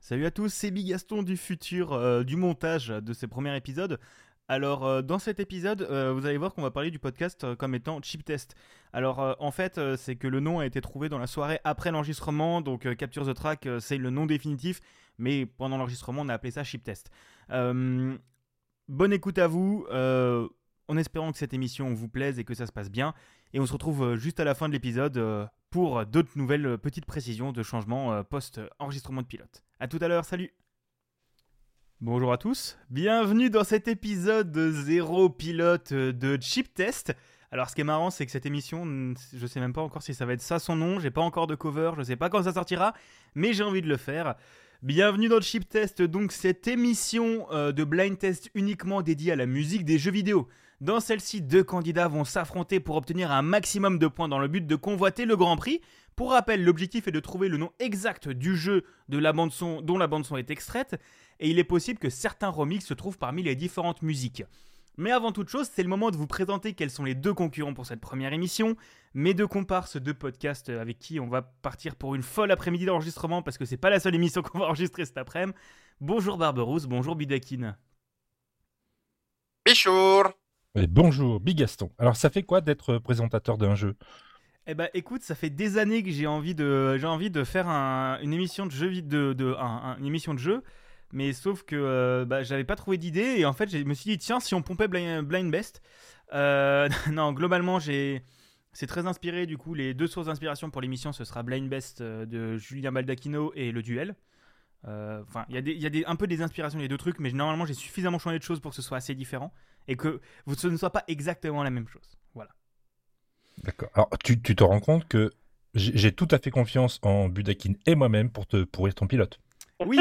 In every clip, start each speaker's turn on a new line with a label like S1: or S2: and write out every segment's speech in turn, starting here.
S1: Salut à tous, c'est Bigaston du futur, euh, du montage de ces premiers épisodes. Alors, euh, dans cet épisode, euh, vous allez voir qu'on va parler du podcast euh, comme étant Chip Test. Alors, euh, en fait, euh, c'est que le nom a été trouvé dans la soirée après l'enregistrement, donc euh, Capture the Track, euh, c'est le nom définitif, mais pendant l'enregistrement, on a appelé ça Chip Test. Euh, bonne écoute à vous, euh, en espérant que cette émission vous plaise et que ça se passe bien, et on se retrouve euh, juste à la fin de l'épisode euh, pour d'autres nouvelles euh, petites précisions de changement euh, post-enregistrement de pilote. A tout à l'heure, salut Bonjour à tous, bienvenue dans cet épisode de Zéro Pilote euh, de Chip Test. Alors ce qui est marrant c'est que cette émission, mm, je sais même pas encore si ça va être ça son nom, j'ai pas encore de cover, je sais pas quand ça sortira, mais j'ai envie de le faire. Bienvenue dans Chip Test, donc cette émission euh, de blind test uniquement dédiée à la musique des jeux vidéo. Dans celle-ci, deux candidats vont s'affronter pour obtenir un maximum de points dans le but de convoiter le Grand Prix. Pour rappel, l'objectif est de trouver le nom exact du jeu de la bande son, dont la bande son est extraite et il est possible que certains remix se trouvent parmi les différentes musiques. Mais avant toute chose, c'est le moment de vous présenter quels sont les deux concurrents pour cette première émission, mes deux comparses de podcast avec qui on va partir pour une folle après-midi d'enregistrement parce que c'est pas la seule émission qu'on va enregistrer cet après-midi. Bonjour Barberousse, bonjour Bidakin.
S2: Bichour
S3: Et bonjour, Bigaston. Alors, ça fait quoi d'être présentateur d'un jeu
S1: Eh ben écoute, ça fait des années que j'ai envie de j'ai envie de faire un- une émission de jeu vid- de, de un- un- une émission de jeu, mais sauf que euh, bah, j'avais pas trouvé d'idée et en fait je me suis dit tiens si on pompait Blind, Blind Best. Euh, non globalement j'ai c'est très inspiré du coup les deux sources d'inspiration pour l'émission ce sera Blind Best euh, de Julien Baldacchino et le duel. Euh, Enfin, il y a, des, il y a des- un peu des inspirations, les deux trucs, mais normalement j'ai suffisamment changé de choses pour que ce soit assez différent et que ce ne soit pas exactement la même chose. Voilà.
S3: D'accord. Alors, tu, tu te rends compte que j'ai j'ai tout à fait confiance en Budakin et moi-même pour te pourrir ton pilote.
S1: Oui,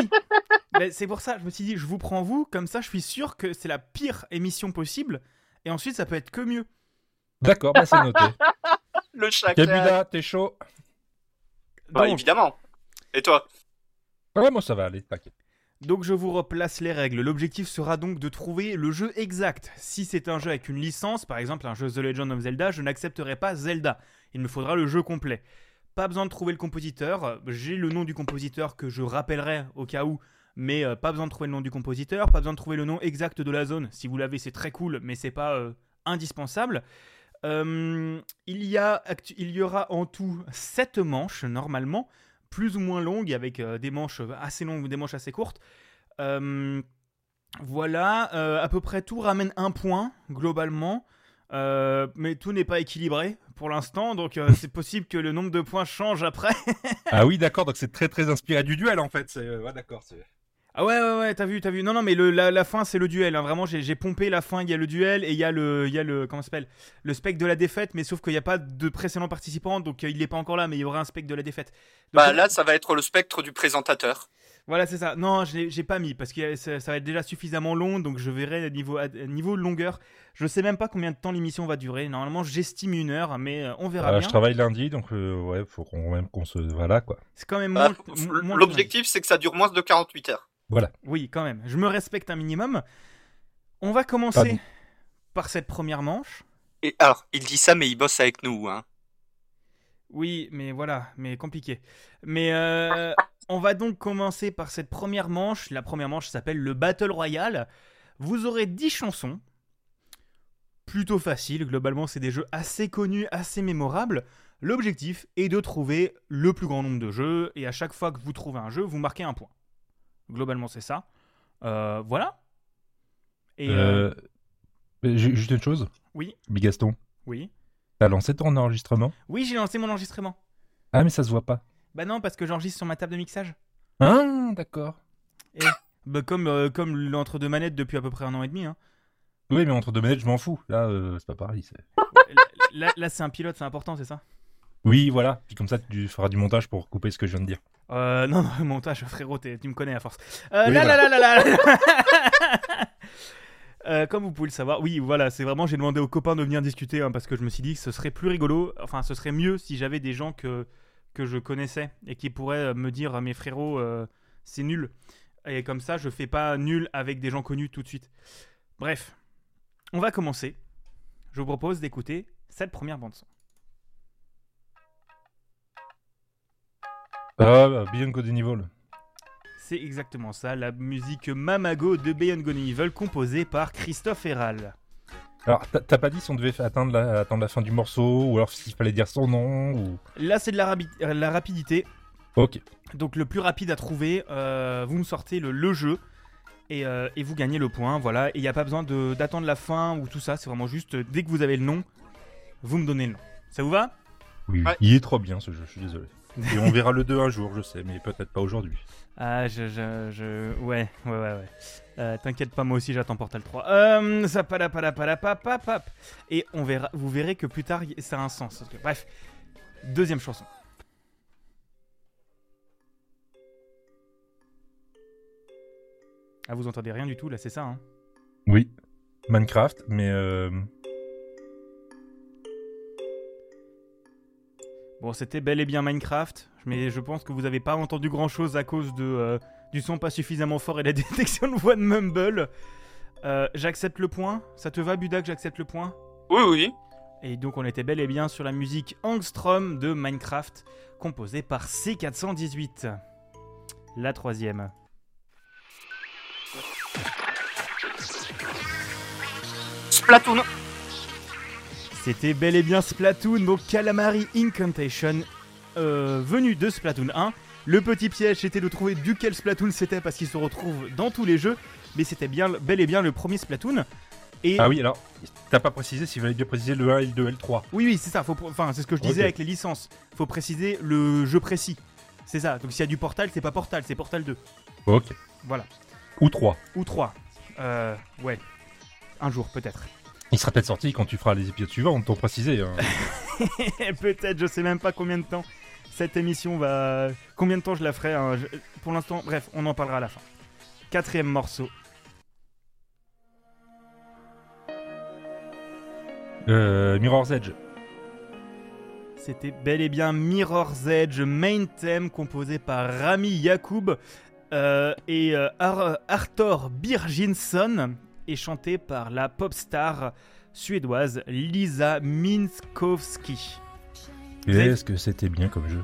S1: Mais c'est pour ça, je me suis dit, je vous prends vous, comme ça je suis sûr que c'est la pire émission possible, et ensuite ça peut être que mieux.
S3: D'accord, bah c'est noté.
S2: Le
S3: T'es
S2: chacun
S3: Buda, t'es chaud
S2: Bah,
S1: Donc,
S2: évidemment Et toi
S3: Ouais, moi ça va aller, t'inquiète.
S1: donc je vous replace les règles. L'objectif sera donc de trouver le jeu exact. Si c'est un jeu avec une licence, par exemple un jeu The Legend of Zelda, je n'accepterai pas Zelda. Il me faudra le jeu complet. Pas besoin de trouver le compositeur, j'ai le nom du compositeur que je rappellerai au cas où, mais euh, pas besoin de trouver le nom du compositeur, pas besoin de trouver le nom exact de la zone. Si vous l'avez, c'est très cool, mais c'est pas euh, indispensable. Euh, il, y a actu- il y aura en tout 7 manches normalement, plus ou moins longues, avec euh, des manches assez longues ou des manches assez courtes. Euh, voilà, euh, à peu près tout ramène un point globalement, Euh, mais tout n'est pas équilibré pour l'instant, donc euh, c'est possible que le nombre de points change après.
S3: Ah oui, d'accord, donc c'est très très inspiré du duel en fait. c'est- euh, Ouais, d'accord. c'est-
S1: Ah ouais, ouais, ouais, t'as vu, t'as vu. Non, non, mais le, la, la fin, c'est le duel. hein. Vraiment, j'ai j'ai pompé la fin. Il y a le duel et il y a le, il y a le comment ça s'appelle Le spectre de la défaite, mais sauf qu'il n'y a pas de précédent participant, donc euh, il n'est pas encore là, mais il y aura un spectre de la défaite. Donc,
S2: Bah là, ça va être le spectre du présentateur.
S1: Voilà, c'est ça. Non, je l'ai- j'ai pas mis parce que euh, ça, ça va être déjà suffisamment long, donc je verrai niveau, ad- niveau longueur. Je sais même pas combien de temps l'émission va durer. Normalement, j'estime une heure, mais euh, on verra
S3: Euh, je
S1: bien.
S3: travaille lundi, donc euh, ouais, faut qu'on même qu'on se. Voilà quoi.
S1: C'est quand même
S2: Bah,
S1: moins. moins- moins-
S2: L'objectif, c'est que ça dure moins de 48 heures.
S1: Oui, quand même. Je me respecte un minimum. On va commencer
S3: Pardon.
S1: par cette première manche.
S2: Et alors, il dit ça, mais il bosse avec nous, hein.
S1: Oui, mais voilà, mais compliqué. Mais euh, on va donc commencer par cette première manche. La première manche s'appelle le Battle Royale. Vous aurez 10 chansons. Plutôt facile, globalement c'est des jeux assez connus, assez mémorables. L'objectif est de trouver le plus grand nombre de jeux, et à chaque fois que vous trouvez un jeu, vous marquez un point. Globalement c'est ça. Euh, voilà. Et... euh,
S3: Euh, mais ju- Juste une chose
S1: Oui.
S3: Bigaston,
S1: oui.
S3: t'as lancé ton enregistrement
S1: Oui, j'ai lancé mon enregistrement.
S3: Ah, mais ça se voit pas.
S1: Bah non, parce que j'enregistre sur ma table de mixage.
S3: Hein, d'accord.
S1: Bah, comme euh, comme l'entre-deux manettes depuis à peu près un an et demi. hein.
S3: Oui, mais entre deux manettes, je m'en fous. Là, euh, c'est pas pareil. c'est-
S1: là, là, c'est un pilote, c'est important, c'est ça
S3: Oui, voilà. Puis comme ça, tu feras du montage pour couper ce que je viens de dire.
S1: euh, Non, non, montage, frérot, t'es- tu me connais à force. Euh,
S3: Oui,
S1: là,
S3: voilà.
S1: là, là, là, là, là. Euh, comme vous pouvez le savoir, oui, voilà, c'est vraiment, j'ai demandé aux copains de venir discuter hein, parce que je me suis dit que ce serait plus rigolo, enfin, ce serait mieux si j'avais des gens que, que je connaissais et qui pourraient euh, me dire, mes frérots, euh, c'est nul. Et comme ça, je fais pas nul avec des gens connus tout de suite. Bref, on va commencer. Je vous propose d'écouter cette première bande-son.
S3: Ah, bah, Beyond Good and Evil.
S1: C'est exactement ça, la musique Mamago de Beyond Gone Evil composée par Christophe Herral.
S3: Alors, t'as- t'as pas dit si on devait fa- atteindre la, attendre la fin du morceau, ou alors s'il fallait dire son nom, ou...
S1: Là, c'est de la, rabi- euh, la rapidité.
S3: Ok,
S1: Donc, le plus rapide à trouver, euh, vous me sortez le, le jeu et, euh, et vous gagnez le point. Voilà, et il n'y a pas besoin de- d'attendre la fin ou tout ça. C'est vraiment juste euh, dès que vous avez le nom, vous me donnez le nom. Ça vous va
S3: oui,
S2: Ouais.
S3: il est trop bien ce jeu, je suis désolé. Et on verra le 2 un jour, je sais, mais peut-être pas aujourd'hui.
S1: Ah, je, je, je- Ouais, ouais, ouais, ouais. Euh, T'inquiète pas, moi aussi j'attends Portal 3. Euh, ça pala pala pala pa, pa, pa. Et on verra, vous verrez que plus tard y- ça a un sens. Parce que- bref, deuxième chanson. Ah, vous entendez rien du tout là, c'est ça, hein
S3: Oui, Minecraft, mais... euh,
S1: Bon, c'était bel et bien Minecraft, mais je pense que vous n'avez pas entendu grand chose à cause de, euh, du son pas suffisamment fort et la détection de voix de Mumble. Euh, j'accepte le point. Ça te va, Budak J'accepte le point.
S2: Oui, oui.
S1: Et donc, on était bel et bien sur la musique Angstrom de Minecraft, composée par C418. La troisième.
S2: Splatoon.
S1: C'était bel et bien Splatoon, donc Calamari Incantation, euh, venu de Splatoon 1. Le petit piège, c'était de trouver duquel Splatoon c'était parce qu'il se retrouve dans tous les jeux, mais c'était bien, bel et bien le premier Splatoon. Et
S3: Ah oui, alors, t'as pas précisé s'il fallait bien préciser le 1 et le 2 et le 3.
S1: oui, oui, c'est ça. Faut, pr- enfin, c'est ce que je disais
S3: Ok.
S1: avec les licences. Faut préciser le jeu précis. C'est ça. Donc s'il y a du Portal, c'est pas Portal, c'est Portal 2.
S3: Ok.
S1: Voilà.
S3: Ou 3.
S1: Ou 3. Euh, ouais. Un jour peut-être.
S3: Il sera peut-être sorti quand tu feras les épisodes suivants, on t'en précisé. hein.
S1: Et Eh, Peut-être, je sais même pas combien de temps cette émission va. Combien de temps je la ferai. hein, je- Pour l'instant, bref, on en parlera à la fin. Quatrième morceau.
S3: Euh, Mirror's Edge.
S1: C'était bel et bien Mirror's Edge, main theme composé par Rami Yacoub euh, et euh, Ar- Arthur Birginson et chanté par la pop star suédoise Lisa Minskowski. Vous
S3: Est-ce que c'était bien comme jeu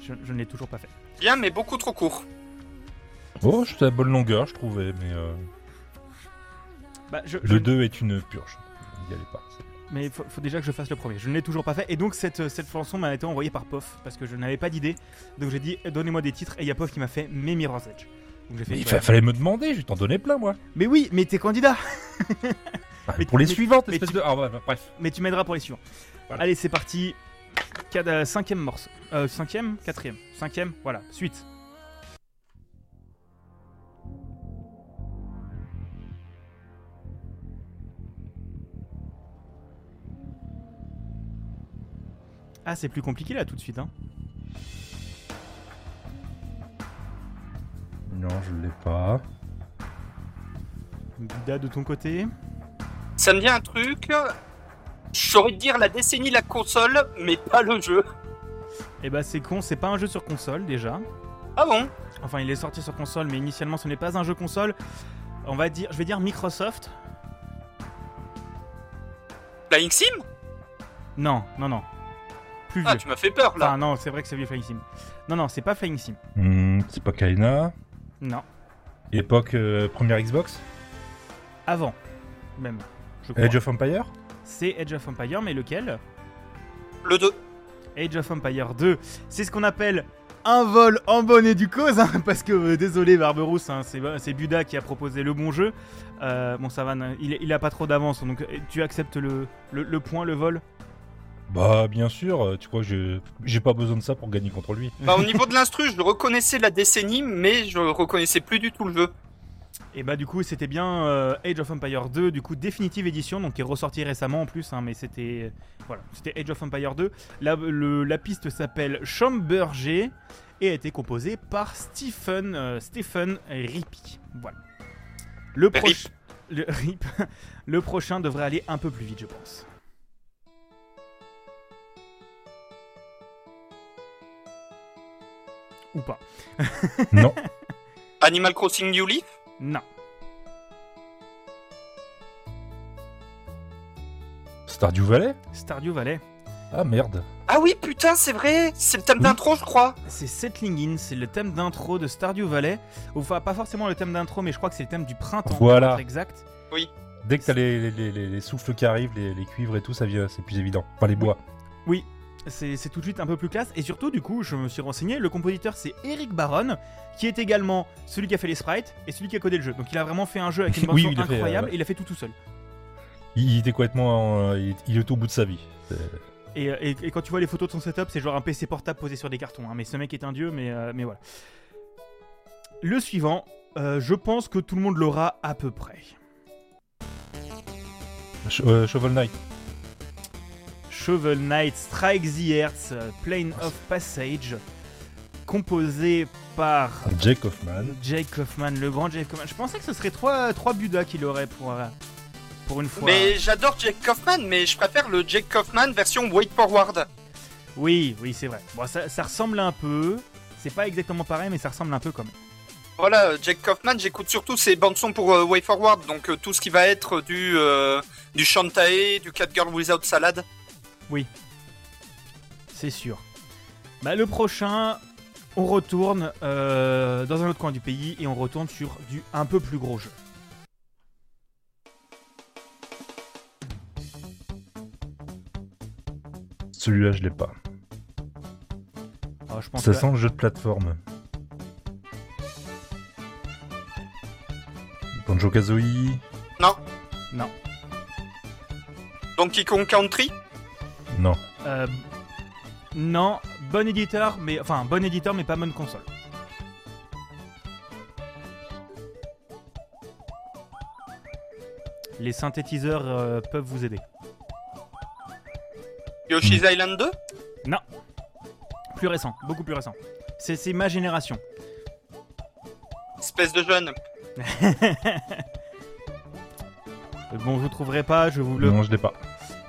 S1: Je, je ne l'ai toujours pas fait.
S2: Bien, mais beaucoup trop court.
S3: Oh, c'était à bonne longueur, je trouvais, mais euh,
S1: Bah, je- je-
S3: le 2 est une purge. Il y allait pas.
S1: Mais il faut, faut déjà que je fasse le premier. Je ne l'ai toujours pas fait. Et donc, cette, cette chanson m'a été envoyée par POF parce que je n'avais pas d'idée. Donc, j'ai dit, donnez-moi des titres. Et il y a POF qui m'a fait mes Mirror's Edge. Donc, j'ai fait.
S3: Mais il
S1: bah,
S3: fa- fallait me demander, je vais t'en donner plein, moi.
S1: Mais oui, mais t'es candidat.
S3: Ah,
S1: Mais-
S3: pour les
S1: mais-
S3: suivantes,
S1: mais
S3: espèce
S1: tu-
S3: de. Ah, ouais, bah, bref.
S1: Mais tu m'aideras pour les suivants.
S3: Voilà.
S1: Allez, c'est parti. Quat- euh, cinquième morceau. Euh, cinquième Quatrième Cinquième Voilà, suite. Ah, c'est plus compliqué là tout de suite. Hein.
S3: Non, je l'ai pas.
S1: Buda de ton côté.
S2: Ça me dit un truc. J'aurais de dire la décennie, la console, mais pas le jeu.
S1: Eh bah c'est con, c'est pas un jeu sur console déjà.
S2: Ah bon
S1: Enfin, il est sorti sur console, mais initialement ce n'est pas un jeu console. On va dire, je vais dire Microsoft.
S2: Flying Sim
S1: Non, non, non. Plus vieux.
S2: Ah, tu m'as fait peur là.
S1: Enfin, non, c'est vrai que c'est vieux Flying Sim. Non, non, c'est pas Flying Sim.
S3: Hmm, c'est pas Kaina.
S1: Non,
S3: Époque euh, première Xbox.
S1: avant, même. Je crois.
S3: Age of Empire.
S1: C'est Edge of Empire, mais lequel
S2: Le 2.
S1: Age of Empire 2. C'est ce qu'on appelle un vol en bonne et due cause, hein, parce que euh, désolé Barberousse, hein, c'est, c'est Buda qui a proposé le bon jeu. Euh, bon, ça va, non, il, il a pas trop d'avance, donc euh, tu acceptes le, le, le point, le vol
S3: Bah, bien sûr, euh, tu crois que je- j'ai pas besoin de ça pour gagner contre lui.
S2: Bah, au niveau de l'instru, je reconnaissais la décennie, mais je reconnaissais plus du tout le jeu.
S1: Et bah du coup c'était bien euh, Age of Empire 2, du coup définitive édition, donc qui est ressorti récemment en plus, hein, mais c'était voilà, c'était Age of Empire 2. La, le- la piste s'appelle Schamberger et a été composée par Stephen euh, Stephen Rippy. Voilà. Le,
S2: Rip.
S1: proche- le, Rip. le prochain devrait aller un peu plus vite je pense. Ou pas.
S3: non.
S2: Animal Crossing New Leaf
S1: Non.
S3: Stardew Valley
S1: Stardew Valley.
S3: Ah merde.
S2: Ah oui, putain, c'est vrai C'est le thème
S3: Oui.
S2: d'intro, je crois.
S1: C'est Settling In, c'est le thème d'intro de Stardew Valley. Enfin, pas forcément le thème d'intro, mais je crois que c'est le thème du printemps. pour
S3: Voilà.
S1: être Exact.
S3: Dès que t'as les, les, les- les- les souffles qui arrivent, les, les cuivres et tout, ça vient, c'est plus évident. Pas les bois.
S1: Oui, c'est c'est tout de suite un peu plus classe. Et surtout, du coup, je me suis renseigné, le compositeur c'est Eric Baron, qui est également celui qui a fait les sprites et celui qui a codé le jeu. Donc il a vraiment fait un jeu avec une bande
S3: Oui,
S1: son
S3: il a fait,
S1: incroyable
S3: euh,
S1: et il a fait tout tout seul.
S3: Il, il était complètement. en- il, il est au bout de sa vie. C'est- euh,
S1: Et, euh, et- et quand tu vois les photos de son setup, c'est genre un PC portable posé sur des cartons. hein. Mais ce mec est un dieu, mais, euh, mais voilà. Le suivant, euh, je pense que tout le monde l'aura à peu près.
S3: Ch- euh, Shovel Knight.
S1: Shovel Knight Strike the Earth, euh, Plane of Passage, composé par
S3: Ah, Jake Hoffman.
S1: Jake Kaufman, le grand Jake Kaufman. Je pensais que ce serait trois, trois Budas qu'il aurait pour, euh, pour une fois.
S2: Mais j'adore Jake Kaufman, mais je préfère le Jake Kaufman version Wait Forward.
S1: Oui, oui, c'est vrai. Bon, ça, ça ressemble un peu. C'est pas exactement pareil, mais ça ressemble un peu quand même.
S2: Voilà, euh, Jake Kaufman, j'écoute surtout ses bandes-sons pour euh, Way Forward, donc euh, tout ce qui va être du, euh, du Shantae, du Catgirl Without Salad.
S1: C'est sûr. Bah, le prochain, on retourne euh, dans un autre coin du pays et on retourne sur du un peu plus gros jeu.
S3: Celui-là, je l'ai pas.
S1: Alors, Ah, je pense
S3: Ça
S1: que-
S3: sent le jeu de plateforme. Banjo Kazooie.
S2: Donkey Kong Country
S3: Non.
S1: euh, non, bon éditeur, mais enfin bon éditeur, mais pas bonne console. Les synthétiseurs euh, peuvent vous aider.
S2: Yoshi's
S3: Hmm.
S2: Island 2
S1: Plus récent, beaucoup plus récent. C'est c'est ma génération.
S2: Espèce de jeune.
S1: Euh, Bon, vous trouverez pas, je vous le.
S3: Non, je l'ai pas.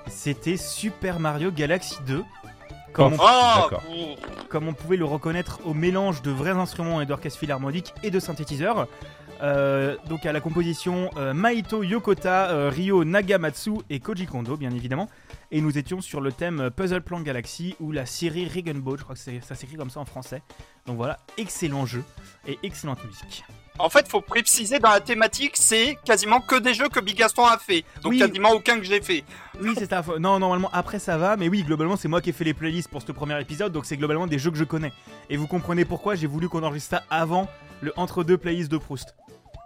S1: C'était Super Mario Galaxy 2. Comme,
S3: Oh.
S2: Oh
S3: D'accord.
S2: ouh.
S1: on, comme on pouvait le reconnaître au mélange de vrais instruments et d'orchestre philharmonique et de synthétiseurs. Euh, donc à la composition euh, Maito Yokota, euh, Ryo Nagamatsu et Koji Kondo, bien évidemment. Et nous étions sur le thème euh, Puzzle Plan Galaxy ou la série Regenbow, je crois que c'est- ça s'écrit comme ça en français. Donc voilà, excellent jeu et excellente musique.
S2: En fait, faut préciser dans la thématique, c'est quasiment que des jeux que Bigaston a fait. Donc
S1: Oui.
S2: quasiment aucun que j'ai fait.
S1: Oui, c'est ça. Non, normalement, après ça va, mais oui, globalement, c'est moi qui ai fait les playlists pour ce premier épisode, donc c'est globalement des jeux que je connais. Et vous comprenez pourquoi j'ai voulu qu'on enregistre ça avant le entre-deux playlists de Proust.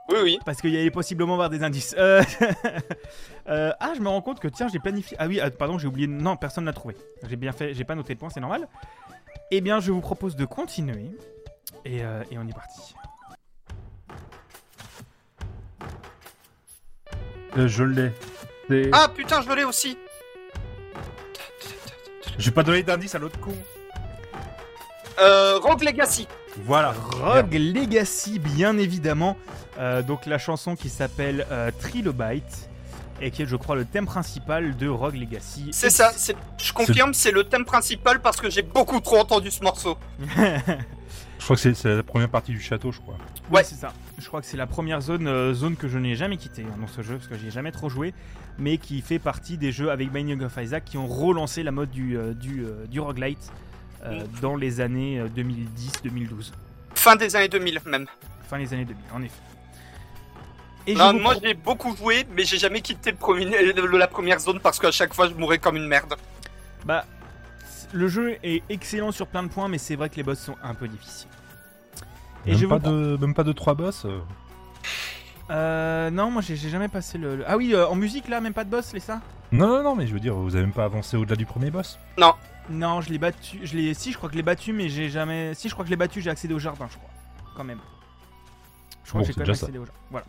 S2: Oui, oui.
S1: Parce qu'il y allait possiblement avoir des indices. Euh, euh, ah, je me rends compte que tiens, j'ai planifié. Ah oui, ah, pardon, j'ai oublié. Non, personne l'a trouvé. J'ai bien fait, j'ai pas noté le point, c'est normal. Eh bien, je vous propose de continuer. Et, euh, et on est parti.
S3: Euh, je l'ai. C'est-
S2: Ah putain, je l'ai aussi.
S3: J'ai pas donné d'indice à l'autre con.
S2: Euh, Rogue Legacy.
S3: Voilà.
S2: Ah,
S1: Rogue Legacy, bien évidemment. Euh, donc la chanson qui s'appelle euh, Trilobite et qui est, je crois, le thème principal de Rogue Legacy.
S2: C'est ça, c'est- je confirme, c'est le thème principal parce que j'ai beaucoup trop entendu ce morceau.
S3: Je crois que c'est- c'est la première partie du château, je crois.
S1: Ouais,
S2: Ouais.
S1: c'est ça. Je crois que c'est la première zone, euh, zone que je n'ai jamais quittée hein, dans ce jeu parce que j'y ai jamais trop joué, mais qui fait partie des jeux avec Binding of Isaac qui ont relancé la mode du euh, du, euh, du roguelite euh, dans les années 2010-2012,
S2: Fin des années 2000 même.
S1: fin des années 2000 en effet. Et je
S2: Non,
S1: vous
S2: moi j'ai beaucoup joué, mais j'ai jamais quitté le premier- euh, le- la première zone parce qu'à chaque fois je mourais comme une merde.
S1: Bah, le jeu est excellent sur plein de points, mais c'est vrai que les boss sont un peu difficiles. Et je
S3: Même
S1: vous
S3: pas,
S1: prends-
S3: de, même pas de trois boss. euh.
S1: Euh, non, moi j'ai j'ai jamais passé le, le- Ah oui, euh, en musique là, même pas de boss, les ça
S3: Non, non, non, mais je veux dire, vous avez même pas avancé au-delà du premier boss.
S1: Non, je l'ai battu. Je l'ai. Si, je crois que je l'ai battu, mais j'ai jamais. Si, je crois que je l'ai battu, j'ai accédé au jardin, je crois. Quand même. Je crois
S3: Bon,
S1: que j'ai
S3: c'est
S1: quand même
S3: déjà ça.
S1: accédé au jardin. Voilà.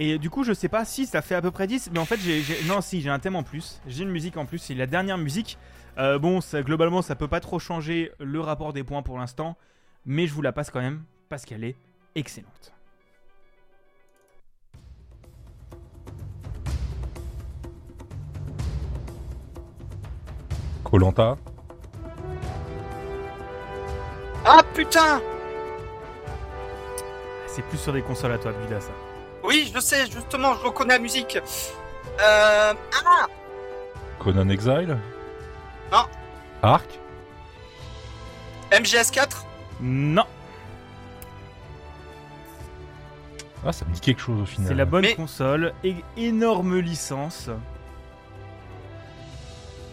S1: Et du coup, je sais pas si ça fait à peu près 10, mais en fait, j'ai. j'ai- Non, si, j'ai un thème en plus. J'ai une musique en plus. C'est la dernière musique. Euh, bon, ça, globalement, ça peut pas trop changer le rapport des points pour l'instant, mais je vous la passe quand même parce qu'elle est excellente.
S3: Colanta.
S2: Ah putain
S1: C'est plus sur des consoles à toi, Buda, ça.
S2: Oui, je sais, justement, je reconnais la musique. Euh, ah
S3: Conan Exile.
S2: Non.
S3: Arc
S2: MGS4
S1: Non,
S3: Ah, ça me dit quelque chose au final.
S1: c'est la bonne
S2: Mais-
S1: console. é- énorme licence.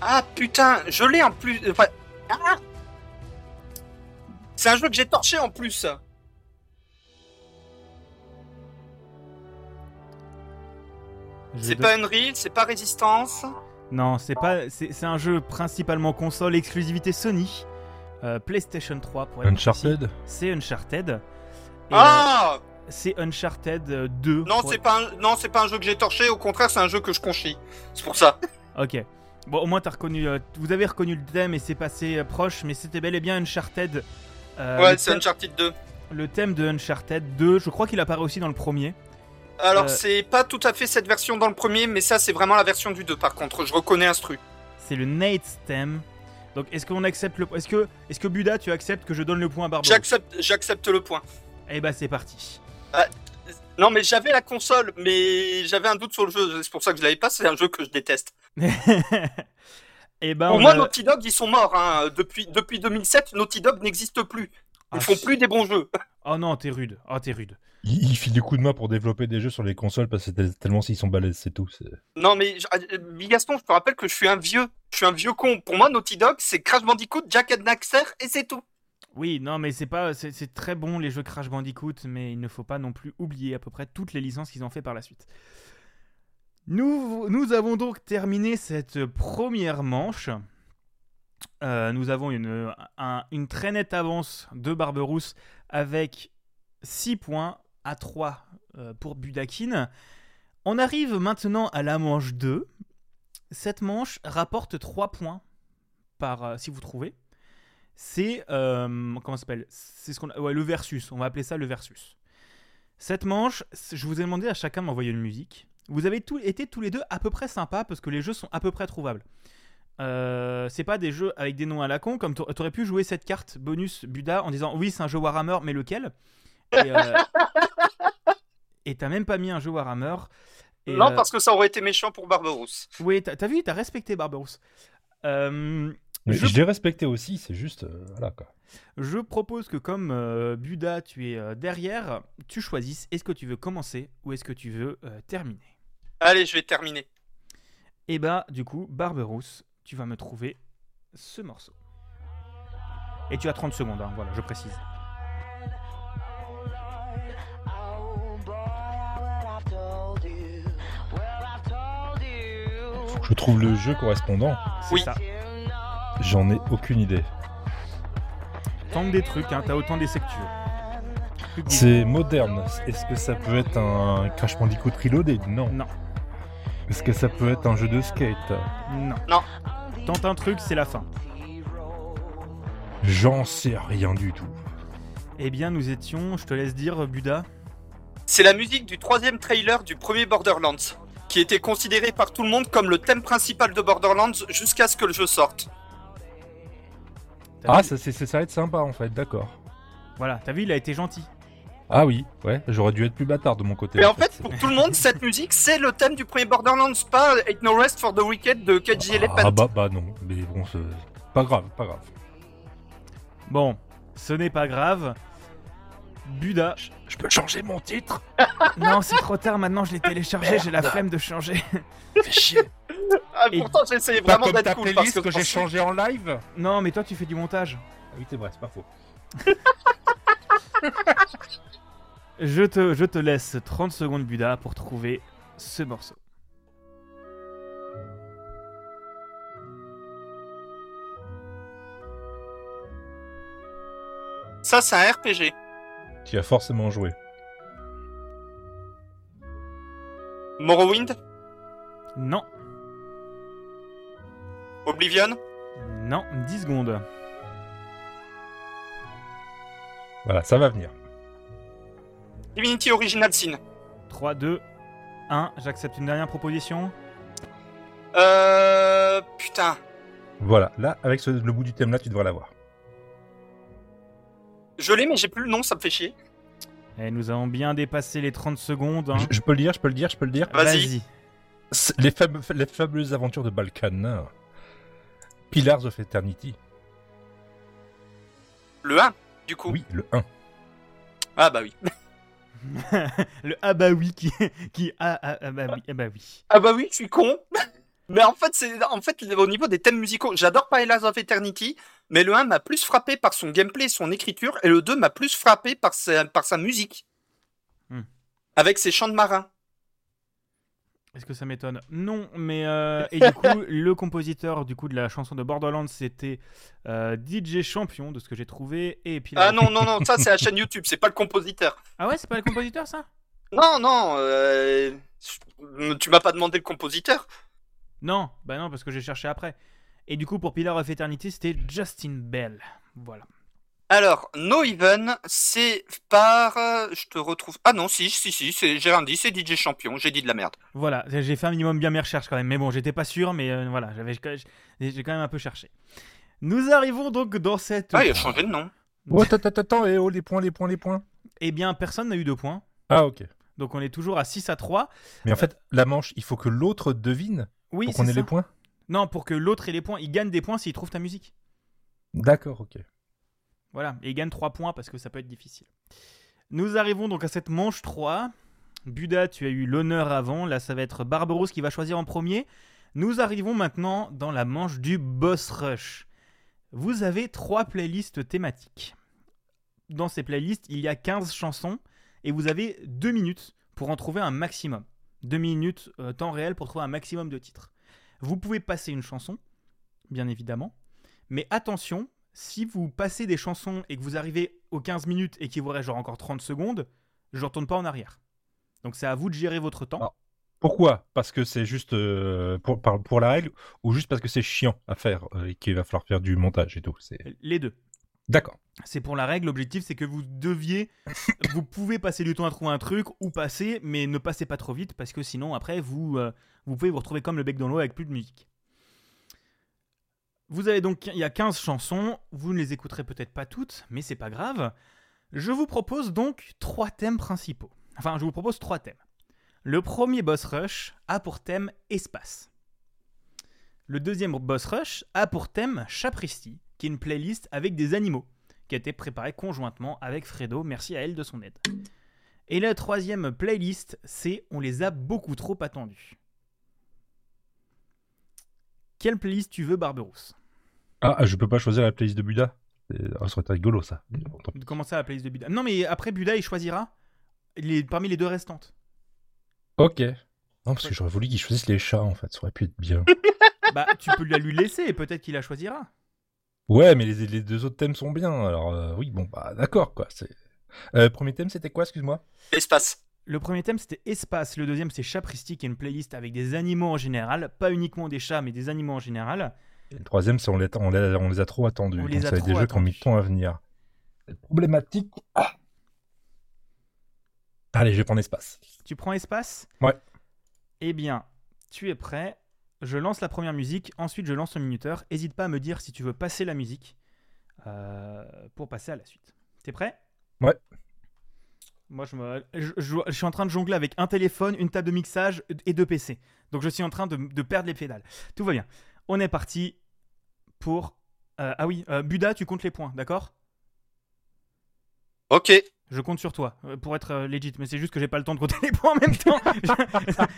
S2: Ah putain, je l'ai en plus. euh, ouais. Ah c'est un jeu que j'ai torché en plus.
S1: Je
S2: C'est
S1: vais
S2: pas Unreal, c'est pas Résistance.
S1: Non, c'est pas. C'est c'est un jeu principalement console, exclusivité Sony, euh, PlayStation 3 pour être précis.
S3: Uncharted
S1: C'est Uncharted. Et,
S2: Ah
S1: euh, c'est Uncharted euh, 2.
S2: non,
S1: pour
S2: c'est
S1: être-
S2: pas un... non, c'est pas un jeu que j'ai torché. Au contraire, c'est un jeu que je conchis. C'est pour ça.
S1: Ok. Bon, au moins t'as reconnu. euh, vous avez reconnu le thème et c'est passé euh, proche, mais c'était bel et bien Uncharted. Euh,
S2: ouais,
S1: le,
S2: c'est
S1: thème,
S2: Uncharted 2.
S1: le thème de Uncharted 2. Je crois qu'il apparaît aussi dans le premier.
S2: Alors
S1: Euh,
S2: c'est pas tout à fait cette version dans le premier, mais ça c'est vraiment la version du 2 par contre, je reconnais un truc.
S1: Ah C'est le Nate's thème. Donc est-ce qu'on accepte le. Est-ce que, est que Buda, tu acceptes que je donne le point à Barbaro
S2: J'accepte, j'accepte le point.
S1: Eh bah c'est parti.
S2: Non mais j'avais la console, mais j'avais un doute sur le jeu, c'est pour ça que je l'avais pas, c'est un jeu que je déteste.
S1: Eh bah
S2: pour
S1: on
S2: moi
S1: a-
S2: Naughty Dog ils sont morts, hein. depuis, depuis 2007 Naughty Dog n'existe plus.
S1: Ah,
S2: Ils font
S1: si.
S2: plus des bons jeux.
S1: Oh non, t'es rude. Oh t'es rude.
S3: il, il file des coups de main pour développer des jeux sur les consoles parce que c'est tel- tellement s'ils sont balèzes, c'est tout. c'est-
S2: Non mais je- euh, Bigaston, je te rappelle que je suis un vieux, je suis un vieux con. Pour moi Naughty Dog c'est Crash Bandicoot, Jack and Daxter et c'est tout.
S1: Oui, non, mais c'est pas, c'est- c'est très bon les jeux Crash Bandicoot, mais il ne faut pas non plus oublier à peu près toutes les licences qu'ils ont fait par la suite. Nous, nous avons donc terminé cette première manche. Euh, nous avons une, un- une très nette avance de Barberousse avec 6 points à 3 euh, pour Budakin. On arrive maintenant à la manche 2. Cette manche rapporte 3 points par, euh, si vous trouvez c'est euh, comment ça s'appelle C'est ce qu'on ouais, le versus. On va appeler ça le versus. Cette manche, c'est- je vous ai demandé à chacun de m'envoyer une musique. Vous avez tous- été tous les deux à peu près sympas parce que les jeux sont à peu près trouvables. Euh, c'est pas des jeux avec des noms à la con comme t'aur- t'aurais pu jouer cette carte bonus Buda en disant oui c'est un jeu Warhammer mais lequel Et euh, et t'as même pas mis un jeu Warhammer. Et,
S2: non
S1: euh,
S2: parce que ça aurait été méchant pour Barberousse.
S1: oui t'as t'as vu t'as respecté Barberousse. Euh,
S3: Mais
S1: Je-
S3: je l'ai respecté aussi, c'est juste. euh, voilà quoi.
S1: Je propose que comme euh, Buda, tu es euh, derrière, tu choisisses est-ce que tu veux commencer ou est-ce que tu veux euh, terminer.
S2: Allez je vais terminer.
S1: Et bah du coup, Barberousse, tu vas me trouver ce morceau. Et tu as 30 secondes, hein, voilà, je précise.
S3: Faut que je trouve le jeu correspondant.
S1: C'est
S2: Oui.
S1: ça.
S3: J'en ai aucune idée.
S1: Tente des trucs, hein, t'as autant des que tu veux. Plus que des-
S3: C'est moderne. Est-ce que ça peut être un Crash Bandicoot Reloaded Non.
S1: Non.
S3: Est-ce que ça peut être un jeu de skate
S1: Non.
S2: Non.
S1: Tente un truc, c'est la fin.
S3: J'en sais rien du tout.
S1: Eh bien, nous étions, je te laisse dire, Buda.
S2: C'est la musique du troisième trailer du premier Borderlands, qui était considéré par tout le monde comme le thème principal de Borderlands jusqu'à ce que le jeu sorte.
S1: T'as
S3: Ah,
S1: vu-
S3: ça, c'est- ça va être sympa en fait, d'accord.
S1: Voilà, t'as vu, il a été gentil.
S3: Ah oui, ouais, j'aurais dû être plus bâtard de mon côté.
S2: Mais en fait, pour tout le monde, cette musique, c'est le thème du premier Borderlands, pas Ain't No Rest for the Wicked de KJ Elephant.
S3: Ah bah, bah non, mais bon, c'est pas grave, pas grave.
S1: Bon, ce n'est pas grave. Buda,
S3: Je peux changer mon titre
S1: Non, c'est trop tard maintenant, je l'ai téléchargé, j'ai la flemme de changer.
S3: Fais chier
S2: Ah,
S1: Et-
S2: pourtant, j'essayais vraiment d'être cool parce que, je pense-
S3: changé en live
S1: Non, mais toi tu fais du montage.
S3: Ah oui, c'est vrai, c'est pas faux.
S1: Je te, je te laisse 30 secondes Buda pour trouver ce morceau.
S2: ça, c'est un RPG.
S3: Tu as forcément joué.
S2: Morrowind,
S1: Non,
S2: Oblivion,
S1: non, 10 secondes.
S3: Voilà, ça va venir.
S2: Divinity Original Sin.
S1: 3, 2, 1, j'accepte une dernière proposition.
S2: Euh. Putain,
S3: Voilà, là, avec ce- le bout du thème là, tu devrais l'avoir.
S2: je l'ai, mais j'ai plus le nom, ça me fait chier.
S1: Et Eh, nous avons bien dépassé les 30 secondes. hein.
S3: Je, je peux le dire, je peux le dire, je peux le dire.
S2: Vas-y.
S3: C'est Les, fameux- les fabuleuses aventures de Balkan. hein. Pillars of Eternity.
S2: Le 1, du coup.
S3: Oui, le 1.
S2: Ah bah oui.
S1: le ah bah oui qui, qui ah, ah, ah bah oui, ah bah oui.
S2: Ah bah oui, je suis con. mais en fait, c'est en fait au niveau des thèmes musicaux, j'adore Pillars of Eternity, mais le 1 m'a plus frappé par son gameplay, et son écriture, et le 2 m'a plus frappé par sa, par sa musique.
S1: Hmm.
S2: Avec ses chants de marins.
S1: Est-ce que ça m'étonne Non, mais euh, et du coup, le compositeur du coup de la chanson de Borderlands, c'était euh, DJ Champion, de ce que j'ai trouvé, et puis
S2: Ah non, non, non, ça c'est la chaîne YouTube, c'est pas le compositeur.
S1: ah ouais, c'est pas le compositeur ça
S2: Non, non, euh, tu m'as pas demandé le compositeur.
S1: Non, bah non, parce que j'ai cherché après. Et du coup, pour Pillar of Eternity, c'était Justin Bell. Voilà.
S2: Alors, No Even, c'est par. euh, Je te retrouve. Ah non, si, si, si, c'est- j'ai rien dit, c'est DJ Champion, j'ai dit de la merde.
S1: Voilà, j'ai fait un minimum bien mes recherches quand même, mais bon, j'étais pas sûr, mais euh, voilà, j'avais, j'ai quand même un peu cherché. Nous arrivons donc dans cette.
S2: Ah, il a changé de nom.
S3: Oh, attends, attends, attends, eh oh, les points, les points, les points.
S1: Eh bien, personne n'a eu de points,
S3: Ah, ok.
S1: donc on est toujours à 6 à 3.
S3: Mais en fait, la manche, il faut que l'autre devine
S1: Euh. Oui,
S3: pour
S1: c'est
S3: qu'on ait
S1: ça.
S3: les points.
S1: Non, pour que l'autre ait les points, il gagne des points s'il trouve ta musique.
S3: D'accord, ok.
S1: Voilà, et il gagne 3 points parce que ça peut être difficile. Nous arrivons donc à cette manche 3. Buda, tu as eu l'honneur avant, là ça va être Barbaros qui va choisir en premier. Nous arrivons maintenant dans la manche du Boss Rush. Vous avez 3 playlists thématiques. Dans ces playlists, il y a 15 chansons et vous avez 2 minutes pour en trouver un maximum. 2 minutes euh, temps réel pour trouver un maximum de titres. Vous pouvez passer une chanson, bien évidemment, mais attention, si vous passez des chansons et que vous arrivez aux 15 minutes et qu'il vous reste genre encore 30 secondes, je retourne pas en arrière. Donc c'est à vous de gérer votre temps.
S3: Ah. Pourquoi Parce que c'est juste euh, pour, par- pour la règle ou juste parce que c'est chiant à faire euh, et qu'il va falloir faire du montage et tout. c'est-
S1: Les deux.
S3: D'accord.
S1: C'est pour la règle, l'objectif c'est que vous deviez, vous pouvez passer du temps à trouver un truc ou passer, mais ne passez pas trop vite parce que sinon après vous, euh, vous pouvez vous retrouver comme le bec dans l'eau avec plus de musique. Vous avez donc, il y a 15 chansons, vous ne les écouterez peut-être pas toutes, mais c'est pas grave. Je vous propose donc trois thèmes principaux. Enfin, je vous propose trois thèmes. Le premier boss rush a pour thème espace. Le deuxième boss rush a pour thème chapristi, qui est une playlist avec des animaux qui a été préparée conjointement avec Fredo. Merci à elle de son aide. Et la troisième playlist, c'est On les a beaucoup trop attendus. Quelle playlist tu veux, Barberousse
S3: Ah, je peux pas choisir la playlist de Buda C'est- ah, Ça aurait été rigolo, ça. Tant pis.
S1: Commencer à la playlist de Buda. Non, mais après Buda, il choisira les, parmi les deux restantes.
S3: Ok. Non, parce que j'aurais voulu qu'ils choisissent les chats, en fait. Ça aurait pu être bien.
S1: Bah, tu peux la lui laisser et peut-être qu'il la choisira.
S3: Ouais, mais les, les deux autres thèmes sont bien. Alors, euh, oui, bon, bah, d'accord, quoi. c'est- Euh, premier thème, c'était quoi, excuse-moi
S2: Espace.
S1: Le premier thème, c'était espace. Le deuxième, c'est chapristi, qui est une playlist avec des animaux en général. Pas uniquement des chats, mais des animaux en général.
S3: Et Le troisième, c'est on, les- on les- on les a trop attendus.
S1: On
S3: Donc,
S1: les a
S3: ça va être des
S1: trop
S3: jeux qui ont mis
S1: attendus.
S3: le temps à venir. C'est problématique. Ah. Allez, je vais prendre espace.
S1: Tu prends espace
S3: Ouais.
S1: Eh bien, tu es prêt. Je lance la première musique, ensuite je lance le minuteur. Hésite pas à me dire si tu veux passer la musique euh, pour passer à la suite. T'es prêt
S3: Ouais.
S1: Moi, je, me- je- je- je suis en train de jongler avec un téléphone, une table de mixage et deux PC. Donc, je suis en train de, de perdre les pédales. Tout va bien. On est parti pour. euh, ah oui, euh, Buda, tu comptes les points, d'accord
S2: Ok.
S1: je compte sur toi euh, pour être euh, legit, mais c'est juste que j'ai pas le temps de compter les points en même temps. je,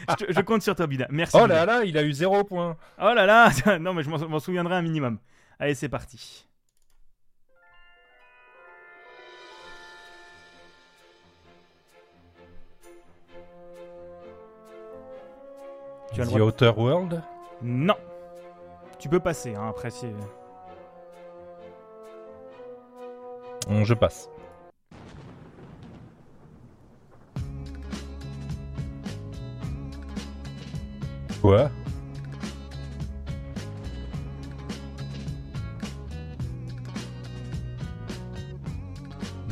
S1: je te- je compte sur toi, Bida. Merci.
S3: Oh
S1: Bida.
S3: là là, il a eu zéro point.
S1: Oh là là Non, mais je m'en m'en souviendrai un minimum. Allez, c'est parti. Tu as le
S3: The
S1: droit.
S3: Outer World.
S1: Non. Tu peux passer, hein, après c'est...
S3: Bon, je passe. Quoi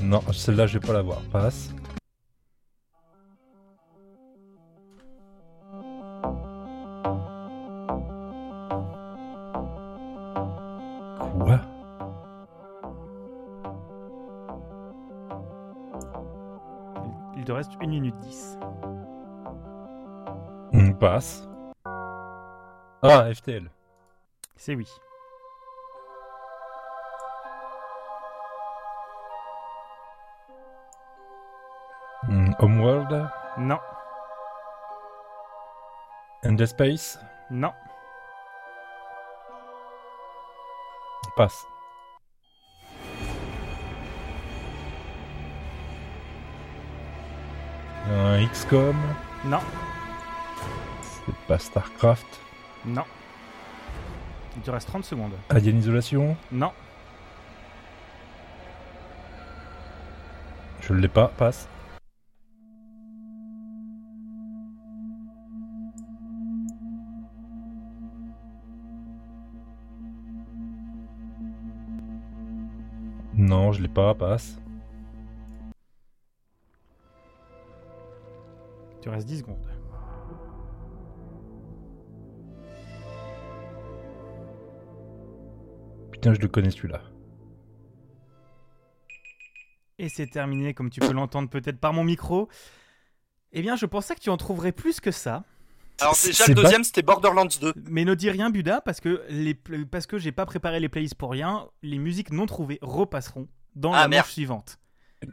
S3: Non, celle-là, je vais pas la voir. Passe. Quoi
S1: Il te reste 1 minute 10.
S3: On passe. Ah, FTL.
S1: C'est oui.
S3: Mm, Homeworld,
S1: Non,
S3: Endless Space,
S1: non.
S3: passe. Un XCOM,
S1: Non,
S3: c'est pas StarCraft.
S1: non. Il te reste 30 secondes.
S3: Alien Isolation,
S1: Non,
S3: je l'ai pas, passe. Non, je l'ai pas, passe.
S1: il te reste 10 secondes.
S3: Putain, je le connais celui-là.
S1: Et c'est terminé, comme tu peux l'entendre peut-être par mon micro. Eh bien, je pensais que tu en trouverais plus que ça.
S2: Alors
S3: C'est-
S2: déjà
S3: c'est
S2: le
S3: pas-
S2: deuxième c'était Borderlands 2.
S1: Mais ne dis rien, Buda, parce que, les pl- parce que j'ai pas préparé les playlists pour rien. Les musiques non trouvées repasseront dans
S2: Ah,
S1: la
S2: merde.
S1: manche suivante.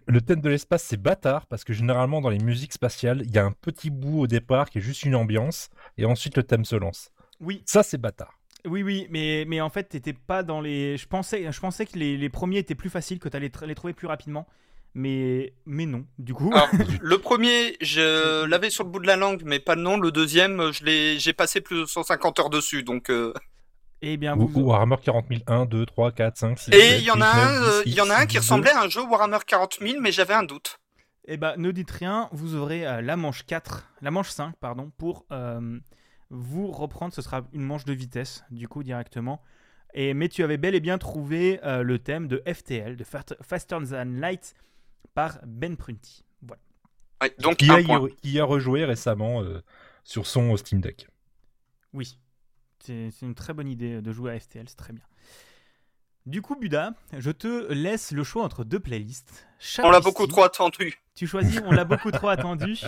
S3: Le thème de l'espace, c'est bâtard, parce que généralement, dans les musiques spatiales, il y a un petit bout au départ qui est juste une ambiance, et ensuite le thème se lance.
S1: Oui,
S3: Ça, c'est bâtard.
S1: oui, oui, mais, mais en fait, t'étais pas dans les. Je pensais, je pensais que les, les premiers étaient plus faciles, que t'allais tr- les trouver plus rapidement. Mais, mais non, du coup.
S2: Alors le premier je l'avais sur le bout de la langue mais pas le nom. Le deuxième je l'ai j'ai passé plus de 150 heures dessus donc. euh,
S1: Eh bien,
S3: Ou,
S1: vous.
S3: ou Warhammer 40001, 2, 3, 4, 5, 6.
S2: Et il y en a un euh, il y en a un qui ressemblait à un jeu Warhammer 40 000 mais j'avais un doute.
S1: Eh ben, ne dites rien, vous aurez euh, la manche 4, la manche 5, pardon, pour euh, vous reprendre. Ce sera une manche de vitesse, du coup, directement. Et, mais tu avais bel et bien trouvé euh, le thème de FTL, de Fast- Faster Than Light, par Ben Prunty. Voilà.
S2: Ouais, donc
S3: Qui
S2: un
S3: a,
S2: point.
S3: qui a rejoué récemment euh, sur son euh, Steam Deck.
S1: Oui, c'est c'est une très bonne idée de jouer à FTL, c'est très bien. Du coup, Buda, je te laisse le choix entre deux playlists.
S2: On l'a
S1: Chapristi.
S2: beaucoup trop attendu.
S1: Tu choisis, on l'a beaucoup trop attendu.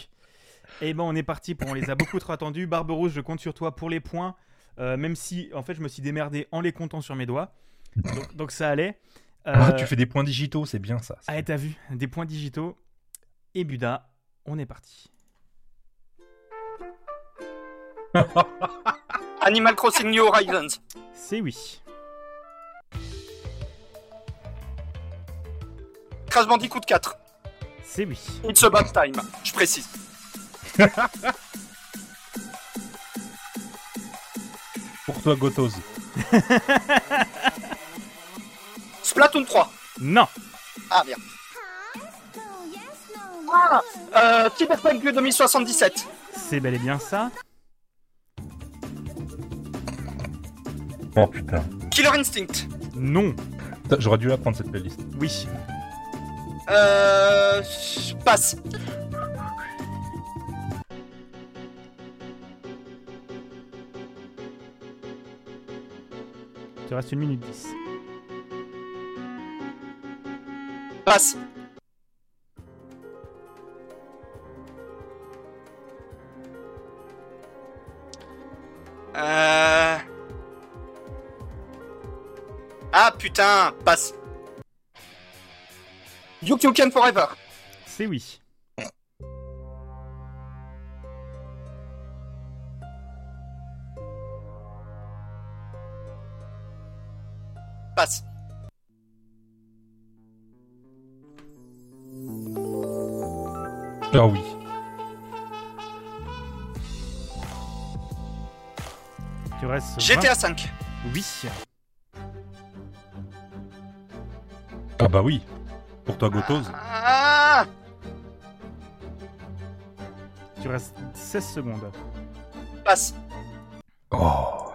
S1: Et ben on est parti pour on les a beaucoup trop attendus. Barberousse, je compte sur toi pour les points, euh, même si en fait je me suis démerdé en les comptant sur mes doigts. Donc, donc ça allait. Euh,
S3: Ah, tu fais des points digitaux, c'est bien ça.
S1: ah, t'as vu, des points digitaux. Et Buda, on est parti.
S2: Animal Crossing New Horizons.
S1: C'est oui.
S2: Crash Bandicoot 4.
S1: C'est oui.
S2: It's about time. Je précise.
S3: Pour toi, Gotos.
S2: Splatoon 3.
S1: Non.
S2: Ah merde.
S4: No, yes, no, no.
S2: Ah euh, Cyberpunk 2077.
S1: C'est bel et bien ça.
S3: Oh putain.
S2: Killer Instinct.
S1: Non.
S3: Putain, J'aurais dû la prendre cette playlist.
S1: Oui.
S2: Euh. je Passe.
S1: Tu restes une minute 10.
S2: Passe. Euh. Ah putain, passe. Duke Nukem Forever.
S1: C'est oui.
S2: Passe.
S3: Ah oui.
S1: Tu restes. 20.
S2: GTA 5.
S1: Oui.
S3: Ah bah oui. Pour toi, Gotos.
S2: Ah
S1: Tu restes 16 secondes.
S2: Passe.
S3: Oh.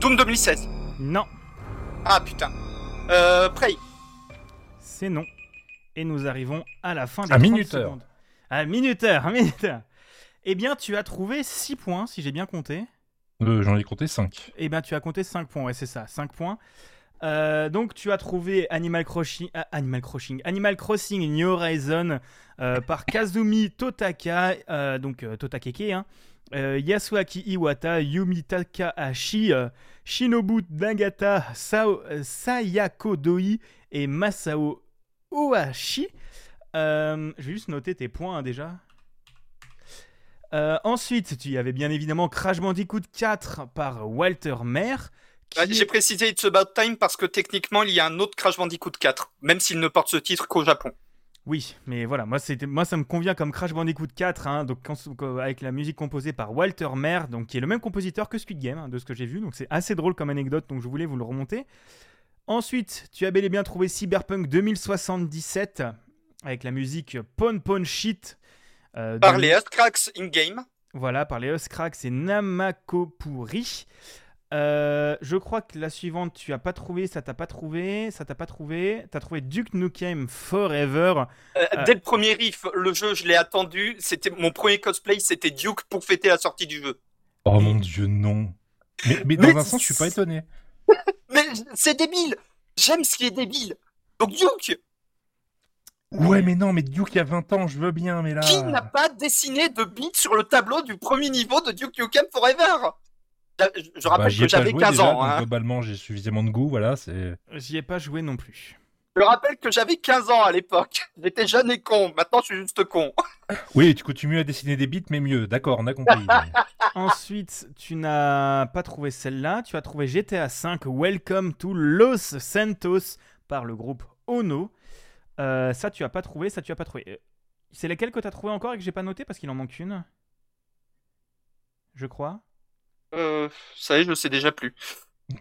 S2: Doom 2016.
S1: Non.
S2: Ah putain. Euh, Prey.
S1: C'est non. Et nous arrivons à la fin des
S3: Un
S1: 30
S3: minuteur.
S1: secondes. Un minuteur, un minuteur. Eh bien, tu as trouvé 6 points, si j'ai bien compté.
S3: Euh, J'en ai compté 5.
S1: Eh bien, tu as compté 5 points, ouais, c'est ça, 5 points. Euh, donc, tu as trouvé Animal Crossing, ah, Animal Crossing, Animal Crossing New Horizon euh, par Kazumi Totaka, euh, donc euh, Totakeke, hein, euh, Yasuaki Iwata, Yumi Takahashi, euh, Shinobu Nagata, Sao- euh, Sayako Doi et Masao Ohashi. Euh, je vais juste noter tes points hein, déjà. Euh, ensuite, tu y avais bien évidemment Crash Bandicoot 4 par Walter Mayer.
S2: Ah,
S1: qui
S2: J'ai précisé It's About Time parce que techniquement, il y a un autre Crash Bandicoot 4, même s'il ne porte ce titre qu'au Japon.
S1: Oui, mais voilà, moi, c'était, moi ça me convient comme Crash Bandicoot 4, hein, donc, quand- quand- avec la musique composée par Walter Mayer, donc, qui est le même compositeur que Squid Game, hein, de ce que j'ai vu, donc c'est assez drôle comme anecdote, donc je voulais vous le remonter. Ensuite, tu as bel et bien trouvé Cyberpunk 2077, avec la musique Pon Pon Shit. euh,
S2: Par
S1: de-
S2: les Astrax in-game,
S1: Voilà, par les Huskraks, c'est Namakopuri. Euh, je crois que la suivante, tu as pas trouvé, ça t'a pas trouvé, ça t'a pas trouvé. T'as trouvé Duke Nukem Forever.
S2: euh,
S1: Ah.
S2: dès le premier riff, le jeu, je l'ai attendu. C'était Mon premier cosplay, c'était Duke pour fêter la sortie du jeu.
S3: Oh mon dieu, non. Mais, mais dans
S2: Mais
S3: un sens, je suis pas étonné.
S2: Mais c'est débile J'aime ce qui est débile Donc Duke,
S3: Ouais, mais non, mais Duke il y a 20 ans, je veux bien, mais là.
S2: qui n'a pas dessiné de bits sur le tableau du premier niveau de Duke Nukem Forever Je- Je
S3: Bah,
S2: rappelle
S3: j'y ai
S2: que
S3: pas
S2: j'avais
S3: joué
S2: 15
S3: déjà,
S2: ans.
S3: donc
S2: hein.
S3: Globalement, j'ai suffisamment de goût, voilà. C'est.
S1: J'y ai pas joué non plus.
S2: Je rappelle que j'avais 15 ans à l'époque. J'étais jeune et con. Maintenant, je suis juste con.
S3: Oui, tu continues à dessiner des bits, mais mieux. D'accord, on a compris.
S1: Ensuite, tu n'as pas trouvé celle-là. Tu as trouvé GTA V Welcome to Los Santos par le groupe Ono. Euh, ça, tu as pas trouvé, ça, tu as pas trouvé. Euh, C'est laquelle que tu as trouvé encore et que j'ai pas noté parce qu'il en manque une Je crois.
S2: Euh, ça y est, je sais déjà plus.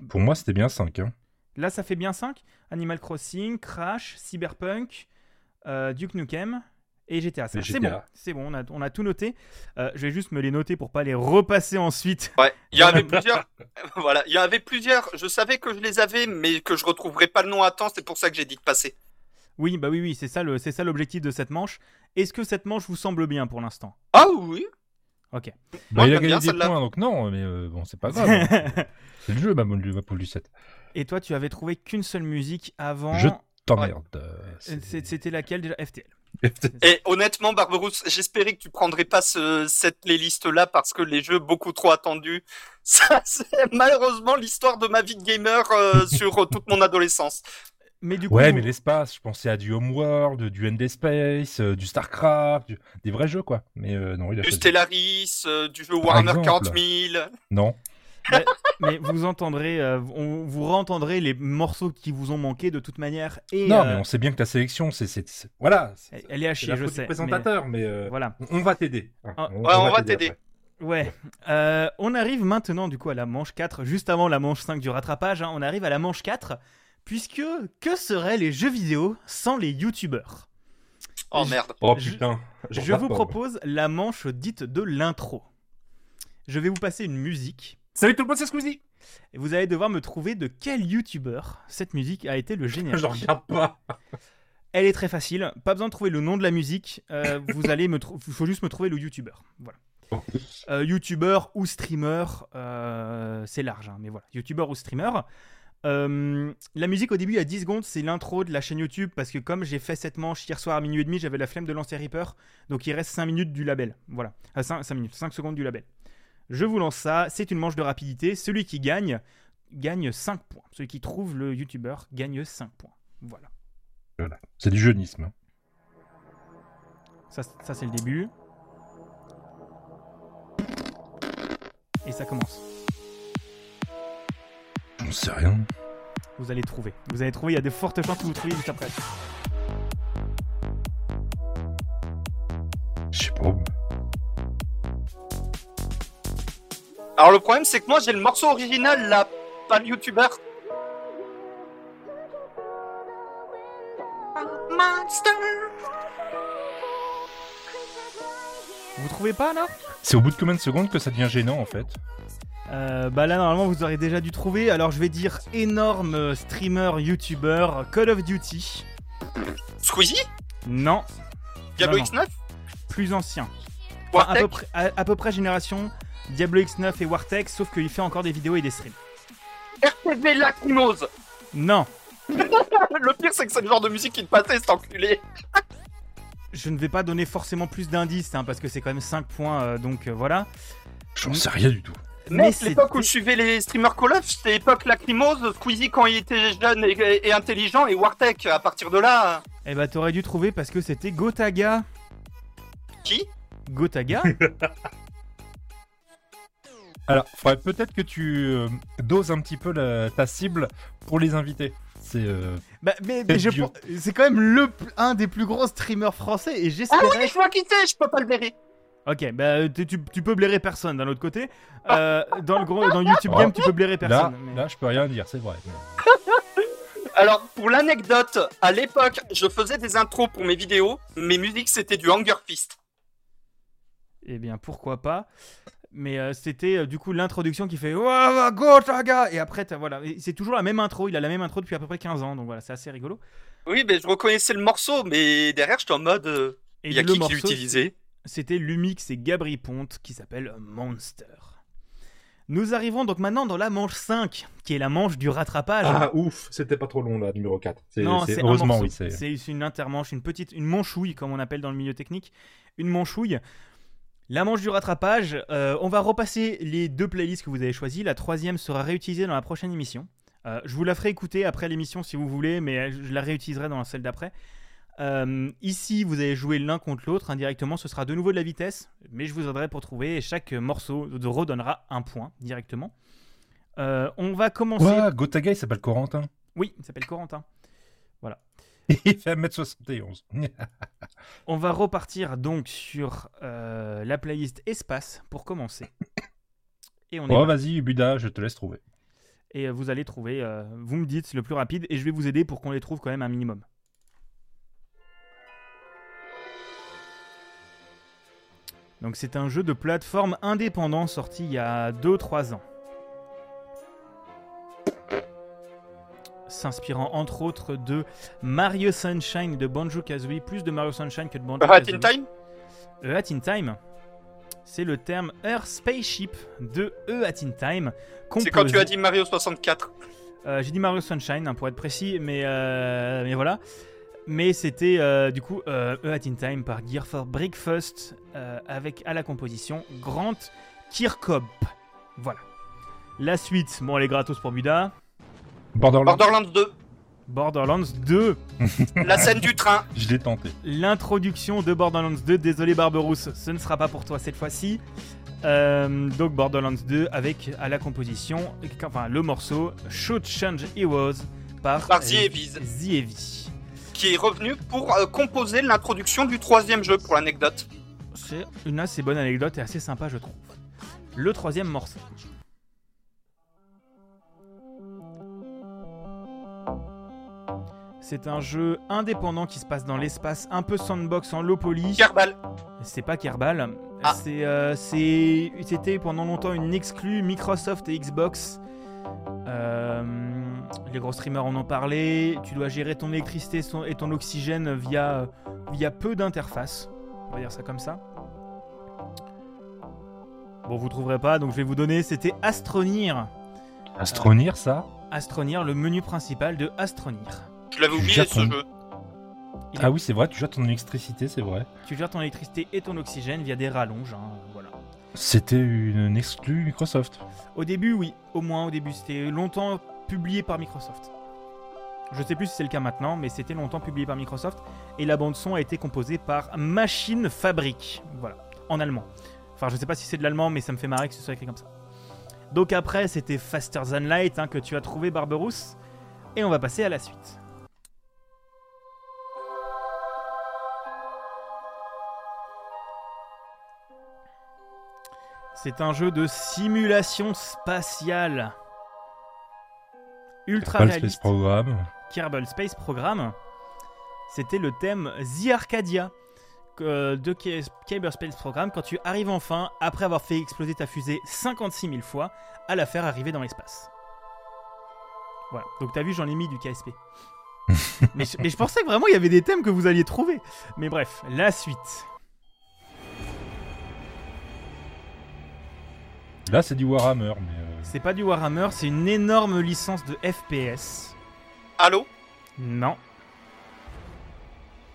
S3: Pour moi, c'était bien 5. Hein.
S1: Là, ça fait bien 5. Animal Crossing, Crash, Cyberpunk, euh, Duke Nukem et GTA.
S3: Et
S1: C'est
S3: GTA.
S1: bon, c'est bon, on a, on a tout noté. Euh, je vais juste me les noter pour pas les repasser ensuite.
S2: Ouais, il y en avait plusieurs. voilà, il y en avait plusieurs. Je savais que je les avais, mais que je retrouverais pas le nom à temps. C'est pour ça que j'ai dit de passer.
S1: Oui, bah oui, oui, c'est ça le- c'est ça l'objectif de cette manche. Est-ce que cette manche vous semble bien pour l'instant
S2: Ah oui.
S1: Ok.
S3: Bah,
S2: Moi,
S3: il a
S2: j'aime
S3: gagné
S2: bien
S3: des
S2: celle-là.
S3: points, donc non, mais euh, bon, c'est pas grave. hein. c'est le jeu, ma boule du, ma poule du 7.
S1: Et toi, tu avais trouvé qu'une seule musique avant.
S3: Je T'emmerdes. euh, c'est-
S1: C'est- C'était laquelle déjà FTL.
S2: Et honnêtement, Barberousse, j'espérais que tu prendrais pas ce- cette playlist-là parce que les jeux beaucoup trop attendus. Ça, c'est malheureusement l'histoire de ma vie de gamer euh, sur euh, toute mon adolescence.
S1: Mais du coup,
S3: Ouais, mais l'espace, je pensais à du Homeworld, du Endless Space, euh, du StarCraft, du- des vrais jeux, quoi. Mais euh, non, il a
S2: Du
S3: choisi.
S2: Stellaris, euh, du jeu
S3: Par
S2: Warhammer
S3: exemple.
S2: 40 000.
S3: Non.
S1: mais vous entendrez, euh, on, vous reentendrez les morceaux qui vous ont manqué de toute manière. Et
S3: non,
S1: euh,
S3: mais on sait bien que ta sélection, c'est. c'est- c'est- Voilà. c'est-
S1: elle- elle est à
S3: c'est
S1: chier,
S3: la
S1: je
S3: faute
S1: sais.
S3: du
S1: mais
S3: présentateur, mais. euh,
S1: Voilà.
S3: on- On va t'aider.
S1: Ah,
S2: ouais, on va t'aider.
S3: après.
S1: Ouais. Euh, on arrive maintenant du coup à la manche 4, juste avant la manche 5 du rattrapage, hein, on arrive à la manche 4, puisque que seraient les jeux vidéo sans les youtubeurs
S2: Oh
S1: Je-
S2: merde.
S3: Oh
S1: Je-
S3: putain.
S1: Je
S3: j'en regarde
S1: vous
S3: pas, moi.
S1: propose la manche dite de l'intro. Je vais vous passer une musique,
S3: Salut tout le monde, c'est Squeezie.
S1: et vous allez devoir me trouver de quel youtubeur cette musique a été le générique.
S3: J'en regarde pas.
S1: Elle est très facile, pas besoin de trouver le nom de la musique, euh, vous allez me trou- faut juste me trouver le youtubeur. Voilà. Euh, youtubeur ou streamer, euh, c'est large, hein, mais voilà, youtubeur ou streamer. Euh, la musique au début à 10 secondes, c'est l'intro de la chaîne YouTube parce que comme j'ai fait cette manche hier soir à minuit et demi, j'avais la flemme de lancer Reaper, donc il reste 5 minutes du label. Voilà, 5, minutes, 5 secondes du label. Je vous lance ça, c'est une manche de rapidité, celui qui gagne gagne 5 points. Celui qui trouve le youtubeur gagne 5 points. Voilà.
S3: C'est du jeunisme.
S1: Ça, ça, c'est le début. Et ça commence.
S3: J'en sais rien.
S1: Vous allez trouver. Vous allez trouver, il y a de fortes chances que vous trouviez juste après.
S3: Je sais pas.
S2: Alors le problème c'est que moi j'ai le morceau original là, pas le youtubeur. Monster.
S1: Vous trouvez pas là
S3: C'est au bout de combien de secondes que ça devient gênant en fait
S1: Euh, Bah là normalement vous aurez déjà dû trouver. Alors je vais dire énorme euh, streamer, youtubeur, Call of Duty.
S2: Squeezie
S1: Non,
S2: Diablo
S1: Non,
S2: X9
S1: plus ancien. Enfin, à,
S2: Wartec
S1: peu près, à- à peu près génération Diablo X9 et Wartech, sauf qu'il fait encore des vidéos et des streams.
S2: RTV Lacrimose
S1: Non,
S2: Le pire c'est que c'est le genre de musique qui te passait cet enculé
S1: je ne vais pas donner forcément plus d'indices hein, parce que c'est quand même 5 points euh, donc euh, voilà.
S3: J'en sais rien du tout.
S1: Mais
S2: Mec,
S1: c'était-
S2: l'époque où je suivais les streamers Call of, c'était l'époque lacrymose, Squeezie quand il était jeune et, et intelligent, et Wartek. À partir de là,
S1: Eh bah, t'aurais dû trouver parce que c'était Gotaga.
S2: qui
S1: Gotaga
S3: Alors, faudrait peut-être que tu euh, doses un petit peu la- ta cible pour les invités. C'est euh,
S1: Bah, mais, mais je
S3: Dieu.
S1: pense- c'est quand même le p- un des plus gros streamers français et
S2: Ah
S1: j'espérais.
S2: oui, je vois qui c'est, je peux pas le verrer.
S1: Ok, bah tu, tu- tu peux blairer personne d'un autre côté.
S2: Ah.
S1: Euh, dans le gros, dans YouTube Game, tu peux blairer
S3: Ah. là,
S1: personne. mais-
S3: là, je peux rien dire, c'est vrai.
S2: Alors, pour l'anecdote, à l'époque, je faisais des intros pour mes vidéos, mes musiques c'était du Hunger Fist.
S1: Eh bien, pourquoi pas. Mais euh, c'était euh, du coup l'introduction qui fait Waouh, Gotaga Et après, t'as- voilà, Et c'est toujours la même intro. Il a la même intro depuis à peu près 15 ans, donc voilà, c'est assez rigolo.
S2: Oui, mais je reconnaissais le morceau, mais derrière, j'étais en mode. euh,
S1: Et
S2: Il y a
S1: le
S2: qui qui
S1: morceau,
S2: l'utilisait
S1: c'était Lumix et Gabri Ponte qui s'appelle Monster. Nous arrivons donc maintenant dans la manche 5, qui est la manche du rattrapage.
S3: Ah, ouf, c'était pas trop long là, numéro 4.
S1: Ah, Non, c'est un
S3: heureusement,
S1: morceau.
S3: oui. c'est-
S1: C'est une intermanche, une petite, une manchouille comme on appelle dans le milieu technique, une manchouille. La manche du rattrapage. euh, on va repasser les deux playlists que vous avez choisies. La troisième sera réutilisée dans la prochaine émission. Euh, je vous la ferai écouter après l'émission si vous voulez, mais je la réutiliserai dans celle d'après. Euh, ici, vous allez jouer l'un contre l'autre indirectement. Ce sera de nouveau de la vitesse, mais je vous aiderai pour trouver. Et chaque morceau de redonnera un point directement. Euh, on va commencer.
S3: Ouah, Gotaga, il s'appelle Corentin.
S1: Oui, il s'appelle Corentin.
S3: Il fait 1m71.
S1: On va repartir donc sur euh, la playlist Espace pour commencer. Et, on est
S3: Oh,
S1: parti.
S3: vas-y, Buda, je te laisse trouver.
S1: et euh, vous allez trouver, euh, vous me dites le plus rapide et je vais vous aider pour qu'on les trouve quand même un minimum. Donc c'est un jeu de plateforme indépendant sorti il y a 2-3 ans. S'inspirant entre autres de Mario Sunshine de Banjo Kazooie, plus de Mario Sunshine que de Banjo
S2: Hat
S1: Kazooie.
S2: in Time
S1: E Hat in Time, c'est le terme Earth Spaceship de E Hat in Time.
S2: C'est quand
S1: composé-
S2: tu as dit Mario 64.
S1: Euh, J'ai dit Mario Sunshine hein, pour être précis, mais, euh, mais voilà. Mais c'était euh, du coup euh, E Hat in Time par Gear for Breakfast euh, avec à la composition Grant Kirkhope. Voilà. La suite, bon, elle est gratos pour Buda.
S3: Borderlands,
S2: Borderlands 2,
S1: Borderlands 2.
S2: la scène du train.
S3: je l'ai tenté.
S1: l'introduction de Borderlands 2. Désolé Barberousse, ce ne sera pas pour toi cette fois-ci. Euh, donc Borderlands 2 avec à la composition, enfin le morceau Should Change Heroes par,
S2: Par The Heavies.
S1: The Heavy.
S2: qui est revenu pour euh, composer l'introduction du troisième jeu, pour l'anecdote.
S1: C'est une assez bonne anecdote et assez sympa je trouve. Le troisième morceau. C'est un jeu indépendant qui se passe dans l'espace, un peu sandbox en low poly.
S2: Kerbal.
S1: C'est pas Kerbal.
S2: Ah.
S1: C'est, euh, c'est- c'était pendant longtemps une exclue Microsoft et Xbox. Euh, les gros streamers en ont parlé. Tu dois gérer ton électricité son- et ton oxygène via, via peu d'interfaces. On va dire ça comme ça. Bon, vous trouverez pas, donc je vais vous donner. C'était Astronir.
S3: Astronir, ça
S1: Astronir, le menu principal de Astronir.
S2: Je l'avais
S3: Du
S2: oublié
S3: Japon.
S2: ce jeu.
S1: Il est-
S3: Ah oui, c'est vrai, tu jettes ton électricité, c'est vrai.
S1: Tu gères ton électricité et ton oxygène via des rallonges. hein, voilà.
S3: C'était une exclue Microsoft.
S1: Au début, oui. Au moins, au début. C'était longtemps publié par Microsoft. Je sais plus si c'est le cas maintenant, mais c'était longtemps publié par Microsoft. Et la bande-son a été composée par Machine Fabric. Voilà. En allemand. Enfin, je sais pas si c'est de l'allemand, mais ça me fait marrer que ce soit écrit comme ça. Donc après, c'était Faster Than Light hein, que tu as trouvé, Barberousse. Et on va passer à la suite. C'est un jeu de simulation spatiale. Ultra
S3: Pas le Space
S1: réaliste.
S3: Program.
S1: Kerbal Space Program, c'était le thème The Arcadia euh, de Ke- Kerbal Space Program quand tu arrives enfin, après avoir fait exploser ta fusée 56 000 fois, à la faire arriver dans l'espace. Voilà, donc t'as vu, j'en ai mis du KSP. mais, je, mais je pensais que vraiment il y avait des thèmes que vous alliez trouver. Mais bref, la suite.
S3: Là, c'est du Warhammer, mais. euh,
S1: C'est pas du Warhammer, c'est une énorme licence de FPS.
S2: Allô
S1: Non.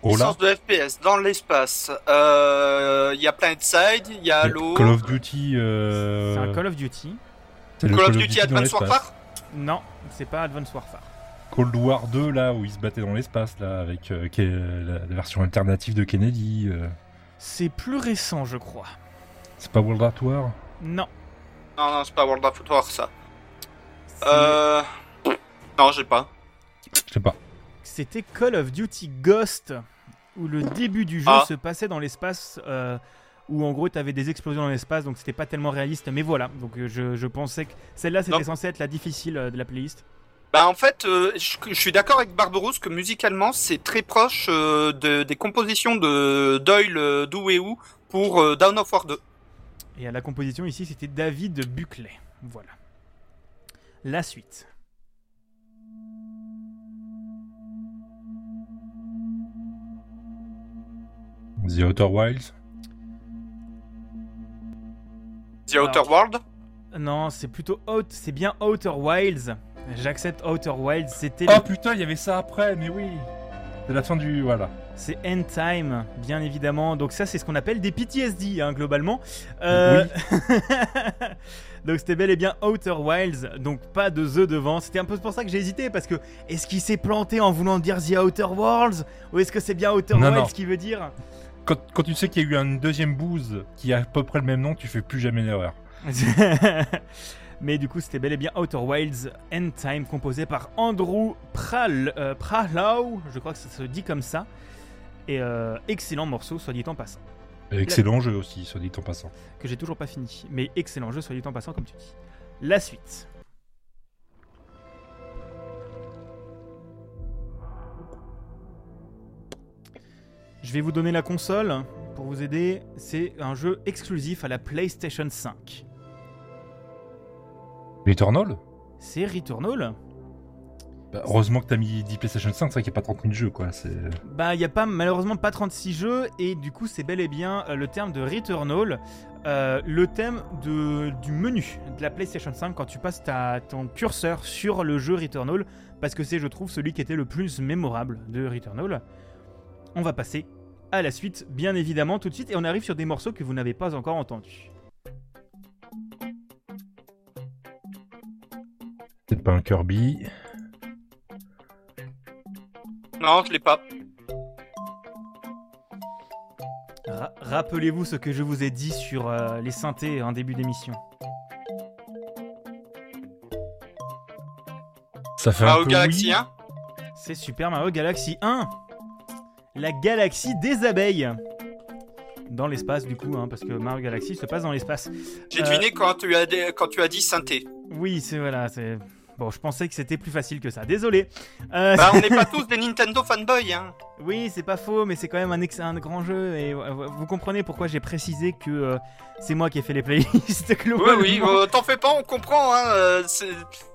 S3: Oh là,
S2: Licence de FPS dans l'espace. Euh, Il y a Planet Side, il y a
S3: c'est
S2: Halo.
S3: Call of Duty. euh,
S1: C'est un Call of Duty.
S3: c'est le
S2: Call of Duty
S3: dans
S2: Advanced
S3: l'espace.
S2: Warfare
S1: Non, c'est pas Advanced Warfare.
S3: Cold War 2 là où ils se battaient dans l'espace là avec euh, qui est la, la version alternative de Kennedy. euh,
S1: C'est plus récent, je crois.
S3: c'est pas World at War.
S1: Non.
S2: Non, non, c'est pas World of War ça.
S1: c'est-
S2: Euh... Non, j'ai pas.
S3: Je sais pas.
S1: C'était Call of Duty Ghost, où le début du jeu
S2: Ah.
S1: se passait dans l'espace, euh, où en gros t'avais des explosions dans l'espace, donc c'était pas tellement réaliste, mais voilà. Donc euh, je, je pensais que celle-là
S2: Non.
S1: c'était censé être la difficile euh, de la playlist.
S2: Bah en fait, euh, je, je suis d'accord avec Barberousse que musicalement c'est très proche euh, de, des compositions de Doyle, euh, Do et Who pour euh, Down of War 2.
S1: Et à la composition ici c'était David Buckley. Voilà. La suite.
S3: The Outer Wilds.
S2: The Outer World.
S1: Non, c'est plutôt Out, c'est bien Outer Wilds. J'accepte Outer Wilds, c'était
S3: Oh
S1: le-
S3: putain, il y avait ça après, mais oui. C'est la fin du voilà.
S1: c'est End Time, bien évidemment. Donc ça, c'est ce qu'on appelle des PTSD, hein, globalement. Euh, donc c'était bel et bien Outer Wilds, donc pas de The devant. C'était un peu pour ça que j'ai hésité, parce que est-ce qu'il s'est planté en voulant dire The Outer Worlds Ou est-ce que c'est bien Outer
S3: Non,
S1: Wilds
S3: non.
S1: qui veut dire
S3: Quand, quand tu sais qu'il y a eu une deuxième bouse qui a à peu près le même nom, tu fais plus jamais l'erreur.
S1: Mais du coup, c'était bel et bien Outer Wilds End Time, composé par Andrew Pral, euh, Prahlau, je crois que ça se dit comme ça. Et euh, excellent morceau, soit dit en passant,
S3: Excellent jeu aussi, soit dit en passant.
S1: que j'ai toujours pas fini. Mais excellent jeu, soit dit en passant, comme tu dis. La suite. Je vais vous donner la console pour vous aider. C'est un jeu exclusif à la PlayStation 5.
S3: Returnal
S1: C'est Returnal
S3: Bah, Heureusement que t'as mis 10 PlayStation 5, c'est vrai qu'il n'y a pas 30 000 jeux quoi. C'est...
S1: Bah, il n'y a pas, malheureusement pas 36 jeux, et du coup, c'est bel et bien euh, le terme de Returnal, euh, le thème de, du menu de la PlayStation 5 quand tu passes ta, ton curseur sur le jeu Returnal, parce que c'est, je trouve, celui qui était le plus mémorable de Returnal. On va passer à la suite, bien évidemment, tout de suite, et on arrive sur des morceaux que vous n'avez pas encore entendus.
S3: c'est pas un Kirby.
S2: Non, je l'ai pas.
S1: Ra- Rappelez-vous ce que je vous ai dit sur euh, les synthés en début d'émission.
S3: Ça fait un
S2: Ah, au
S3: peu
S2: Galaxy
S3: Wii.
S2: 1
S1: C'est Super Mario Galaxy 1 La galaxie des abeilles Dans l'espace du coup, hein, parce que Mario Galaxy se passe dans l'espace.
S2: J'ai
S1: Euh,
S2: deviné quand tu as, dé- quand tu as dit synthé.
S1: Oui, c'est voilà, c'est... Bon, je pensais que c'était plus facile que ça, désolé. Euh,
S2: Bah, on n'est pas tous des Nintendo fanboys, hein.
S1: oui, c'est pas faux, mais c'est quand même un, ex- un grand jeu, et euh, vous comprenez pourquoi j'ai précisé que euh, c'est moi qui ai fait les playlists,
S2: Oui,
S1: globalement.
S2: oui, euh, t'en fais pas, on comprend, hein. euh, c'est-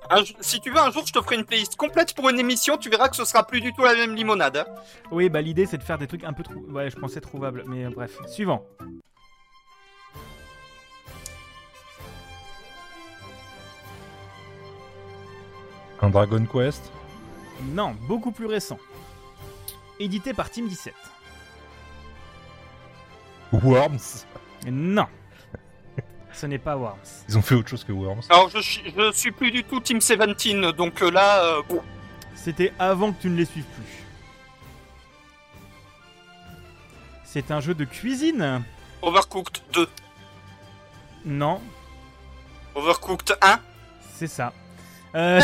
S2: un j- si tu veux, un jour, je te ferai une playlist complète pour une émission, tu verras que ce sera plus du tout la même limonade. hein.
S1: Oui, bah l'idée c'est de faire des trucs un peu trou... Ouais, je pensais trouvable, mais euh, bref. Suivant.
S3: Un Dragon Quest.
S1: Non, beaucoup plus récent. Édité par Team 17.
S3: Worms.
S1: Non. Ce n'est pas Worms.
S3: Ils ont fait autre chose que Worms.
S2: Alors, je, suis- je suis plus du tout Team 17, donc euh, là, euh, bon,
S1: C'était avant que tu ne les suives plus. C'est un jeu de cuisine
S2: Overcooked 2.
S1: Non,
S2: Overcooked 1
S1: c'est ça. Euh,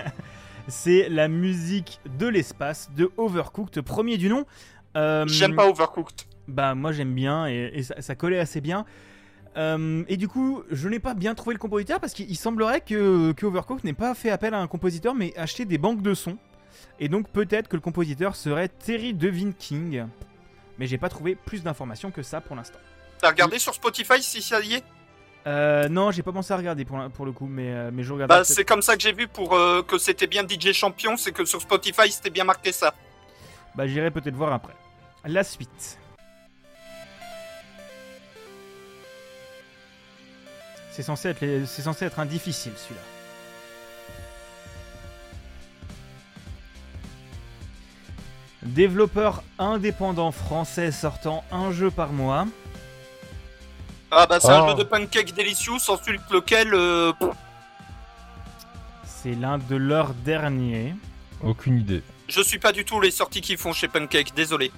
S1: c'est la musique de l'espace de Overcooked, premier du nom. Euh,
S2: J'aime pas Overcooked.
S1: Bah moi j'aime bien et, et ça, ça collait assez bien. Euh, et du coup, je n'ai pas bien trouvé le compositeur parce qu'il il semblerait que, que Overcooked n'ait pas fait appel à un compositeur mais acheté des banques de sons. Et donc peut-être que le compositeur serait Terry Devin King. Mais j'ai pas trouvé plus d'informations que ça pour l'instant.
S2: T'as regardé sur Spotify si ça y est
S1: Euh, non, j'ai pas pensé à regarder pour, la- pour le coup, mais, euh, mais je regarde.
S2: Bah, c'est comme ça que j'ai vu pour euh, que c'était bien DJ Champion, c'est que sur Spotify, c'était bien marqué ça.
S1: Bah j'irai peut-être voir après. La suite. C'est censé être, les- c'est censé être un difficile celui-là. Développeur indépendant français sortant un jeu par mois.
S2: Ah bah c'est un
S3: Oh.
S2: jeu de pancake délicieux, ensuite lequel... euh, pff,
S1: C'est l'un de leurs derniers.
S3: Aucune idée.
S2: je suis pas du tout les sorties qu'ils font chez Pancake, désolé.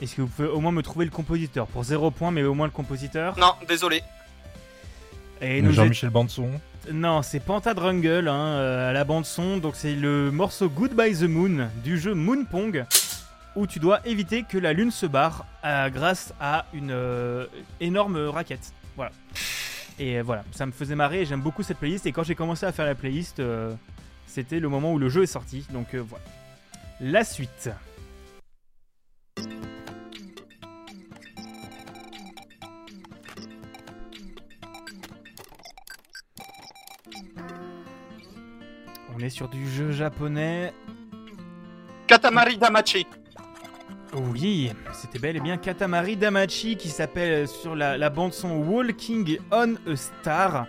S1: Est-ce que vous pouvez au moins me trouver le compositeur Pour zéro point, mais au moins le compositeur.
S2: Non, désolé.
S1: Et nous est-
S3: Jean-Michel Banson.
S1: Non, c'est Pantadrungle hein, euh, à la bande son. Donc c'est le morceau Goodbye the Moon du jeu Moon Pong où tu dois éviter que la lune se barre euh, grâce à une euh, énorme raquette. Voilà. Et euh, voilà, ça me faisait marrer. et J'aime beaucoup cette playlist. Et quand j'ai commencé à faire la playlist, euh, c'était le moment où le jeu est sorti. Donc euh, voilà. La suite. On est sur du jeu japonais.
S2: Katamari Damacy.
S1: Oui, c'était bel et bien Katamari Damacy qui s'appelle sur la, la bande son Walking on a Star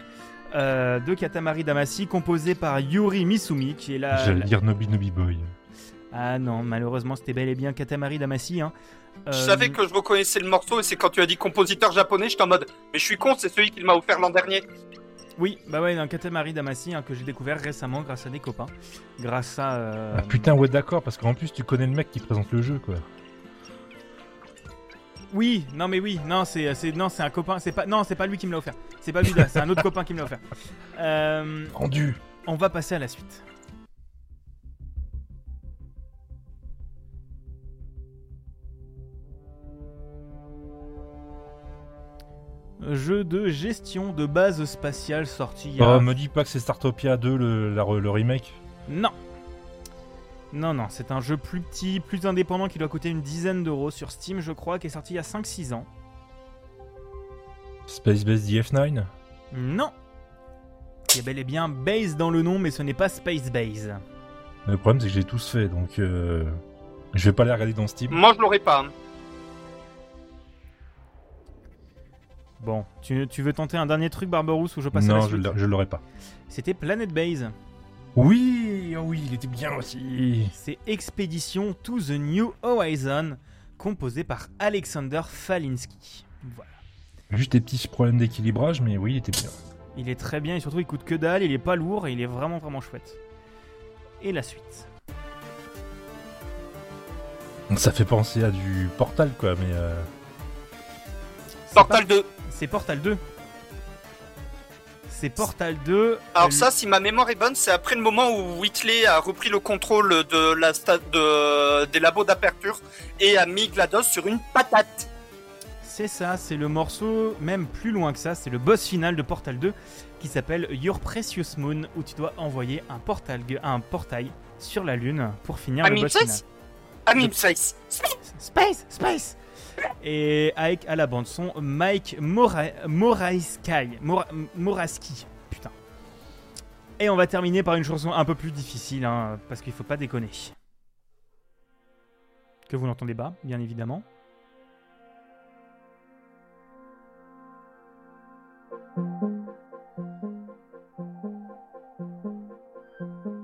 S1: euh, de Katamari Damacy composé par Yuri Misumi qui est là.
S3: J'allais dire Nobby Nobby Boy.
S1: Ah non, malheureusement c'était bel et bien Katamari Damacy. Hein.
S2: Je
S1: Euh,
S2: savais que je reconnaissais le morceau et c'est quand tu as dit compositeur japonais, j'étais en mode mais je suis con, c'est celui qu'il m'a offert l'an dernier.
S1: Oui, bah ouais, un Katamari Damacy hein, que j'ai découvert récemment grâce à des copains, grâce à. euh,
S3: Ah putain, ouais, d'accord, parce qu'en plus, tu connais le mec qui présente le jeu, quoi.
S1: Oui, non mais oui, non c'est c'est non c'est un copain, c'est pas non c'est pas lui qui me l'a offert, c'est pas lui là, c'est un autre copain qui me l'a offert. Euh,
S3: Rendu.
S1: on va passer à la suite. Jeu de gestion de base spatiale sorti il y a...
S3: Oh, me dis pas que c'est Startopia 2, le, la re- le remake.
S1: Non Non, non, c'est un jeu plus petit, plus indépendant qui doit coûter une dizaine d'euros sur Steam je crois, qui est sorti il y a 5-6 ans.
S3: Space Base DF9
S1: Non Il y a bel et bien Base dans le nom, mais ce n'est pas Space Base.
S3: Le problème, c'est que j'ai tous fait, donc euh, je vais pas les regarder dans Steam.
S2: Moi je l'aurais pas. hein.
S1: Bon, tu, tu veux tenter un dernier truc, Barberousse, ou je passe à la
S3: Non,
S1: suite
S3: je l'a- je l'aurais pas.
S1: C'était Planet Base.
S3: Oui, oh oui, il était bien aussi.
S1: C'est Expédition to the New Horizon, composé par Alexander Falinski. Voilà.
S3: Juste des petits problèmes d'équilibrage, mais oui, il était bien.
S1: Il est très bien et surtout il coûte que dalle, il est pas lourd et il est vraiment vraiment chouette. Et la suite.
S3: Ça fait penser à du Portal, quoi, mais... euh,
S1: C'est
S2: Portal 2.
S1: pas- C'est Portal 2. C'est Portal 2.
S2: Alors
S1: euh,
S2: ça, si ma mémoire est bonne, c'est après le moment où Whitley a repris le contrôle de la sta- de, des labos d'aperture et a mis GLaDOS sur une patate.
S1: C'est ça, c'est le morceau, même plus loin que ça, c'est le boss final de Portal 2 qui s'appelle Your Precious Moon où tu dois envoyer un, portal, un portail sur la lune pour finir
S2: Ah,
S1: le boss final.
S2: Amipsize Amipsize
S1: Space, space Et avec à la bande son Mike Mora- Moraiskai. Mora- Moraski. Putain. Et on va terminer par une chanson un peu plus difficile, hein, parce qu'il faut pas déconner. Que vous n'entendez pas, bien évidemment.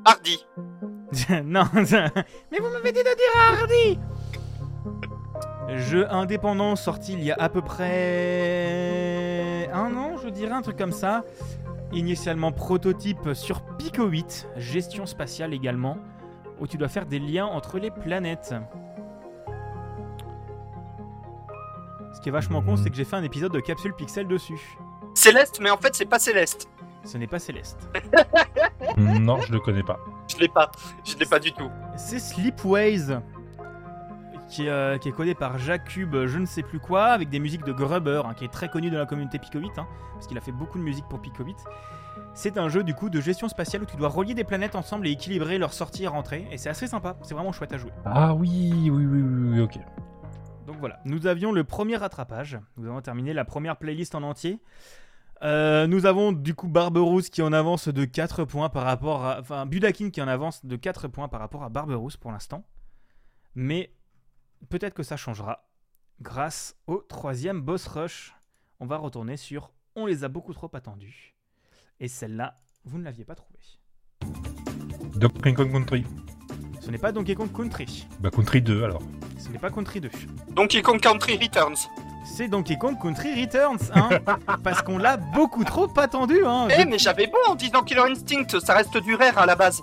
S2: Hardy.
S1: non, ça- mais vous m'avez dit de dire à Hardy Jeu indépendant sorti il y a à peu près un an, je dirais, un truc comme ça. Initialement prototype sur Pico 8, gestion spatiale également, où tu dois faire des liens entre les planètes. Ce qui est vachement con, c'est que j'ai fait un épisode de Capsule Pixel dessus.
S2: Céleste, mais en fait, c'est pas Céleste.
S1: Ce n'est pas Céleste.
S3: non, je le connais pas.
S2: Je l'ai pas. Je l'ai pas du tout.
S1: C'est Sleepways qui, euh, qui est codé par Jacube, je ne sais plus quoi, avec des musiques de Grubber, hein, qui est très connu dans la communauté Pico 8, hein, parce qu'il a fait beaucoup de musique pour Pico 8. C'est un jeu du coup de gestion spatiale où tu dois relier des planètes ensemble et équilibrer leur sortie et rentrée, et c'est assez sympa, c'est vraiment chouette à jouer.
S3: Ah oui, oui, oui, oui, oui, ok.
S1: Donc voilà, nous avions le premier rattrapage, nous avons terminé la première playlist en entier. Euh, nous avons du coup Barberousse qui en avance de 4 points par rapport à... Enfin, Budakin qui en avance de 4 points par rapport à Barberousse pour l'instant. Mais peut-être que ça changera grâce au troisième boss rush. On va retourner sur On les a beaucoup trop attendus. Et celle-là, vous ne l'aviez pas trouvée.
S3: Donkey Kong Country.
S1: Ce n'est pas Donkey Kong Country.
S3: Bah, Country 2, alors.
S1: Ce n'est pas Country 2.
S2: Donkey Kong Country Returns.
S1: Oh, C'est Donkey Kong Country Returns, hein Parce qu'on l'a beaucoup trop attendu, hein
S2: Eh, mais j'avais bon en disant Killer Instinct, ça reste du rare à la base.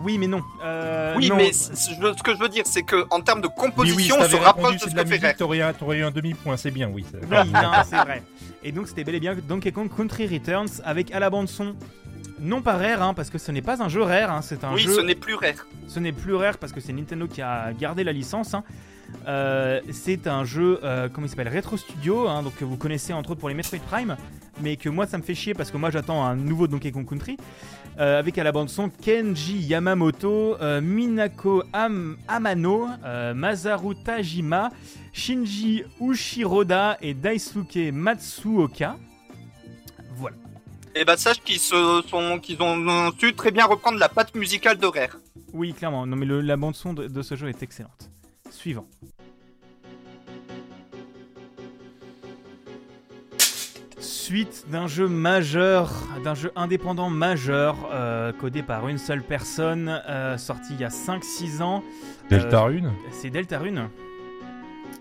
S1: Oui, mais non. Euh,
S2: oui,
S1: non.
S2: mais c- c- je- ce que je veux dire, c'est que en termes de
S3: Oui, oui, si
S2: composition, on
S3: t'avais
S2: se
S3: répondu,
S2: rapproche de
S3: c'est
S2: ce
S3: la
S2: que Ah, fait Rare.
S3: musique, t'aurais un, t'aurais eu un demi-point, c'est bien, oui. c'est-
S1: Oui, non, c'est vrai. Et donc c'était bel et bien Donkey Kong Country Returns avec à la bande son non pas rare hein, parce que ce n'est pas un jeu rare, hein, c'est un
S2: Oui,
S1: jeu.
S2: ce n'est plus Rare.
S1: ce n'est plus rare parce que c'est Nintendo qui a gardé la licence. hein. Euh, c'est un jeu, euh, comment il s'appelle Retro Studio, hein, donc que vous connaissez entre autres pour les Metroid Prime, mais que moi ça me fait chier parce que moi j'attends un nouveau Donkey Kong Country euh, avec à la bande son Kenji Yamamoto, euh, Minako Am- Amano, euh, Masaru Tajima, Shinji Ushiroda et Daisuke Matsuoka. Voilà.
S2: Et bah, sache qu'ils se sont, qu'ils ont su très bien reprendre la patte musicale de Rare.
S1: Oui, clairement. Non, mais le- la bande son de, de ce jeu est excellente. Suivant. Suite d'un jeu majeur, d'un jeu indépendant majeur, euh, codé par une seule personne, euh, sorti il y a 5-6 ans.
S2: euh,
S3: Delta Rune
S1: C'est Deltarune.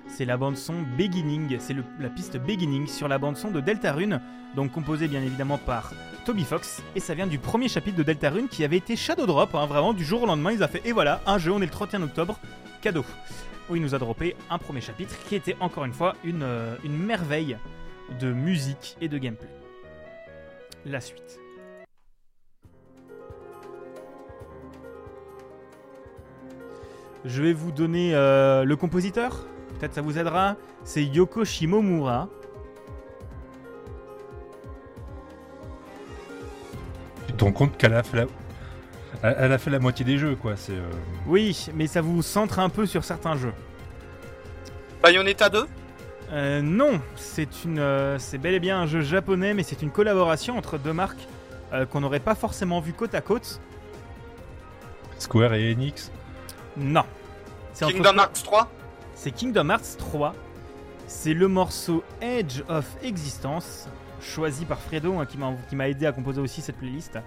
S1: C'est la bande son Beginning, c'est le- la piste Beginning sur la bande son de Deltarune, donc composée bien évidemment par Toby Fox, et ça vient du premier chapitre de Deltarune qui avait été Shadow Drop, hein, vraiment du jour au lendemain, ils ont fait et voilà, un jeu, on est le 31 octobre, cadeau. Où il nous a droppé un premier chapitre qui était encore une fois une, euh, une merveille de musique et de gameplay. La suite. Je vais vous donner euh, le compositeur. Peut-être ça vous aidera. C'est Yoko Shimomura.
S3: Tu te rends compte qu'elle a fait la... Elle elle a fait la moitié des jeux, quoi. C'est. euh,
S1: Oui, mais ça vous centre un peu sur certains jeux.
S2: Bayonetta 2
S1: Euh, non, c'est une, euh, c'est bel et bien un jeu japonais, mais c'est une collaboration entre deux marques euh, qu'on n'aurait pas forcément vu côte à côte.
S3: Square et Enix.
S1: Non. C'est entre-
S2: Kingdom Hearts 3
S1: C'est Kingdom Hearts 3. C'est le morceau Edge of Existence, choisi par Fredo, hein, qui m'a- qui m'a aidé à composer aussi cette playlist.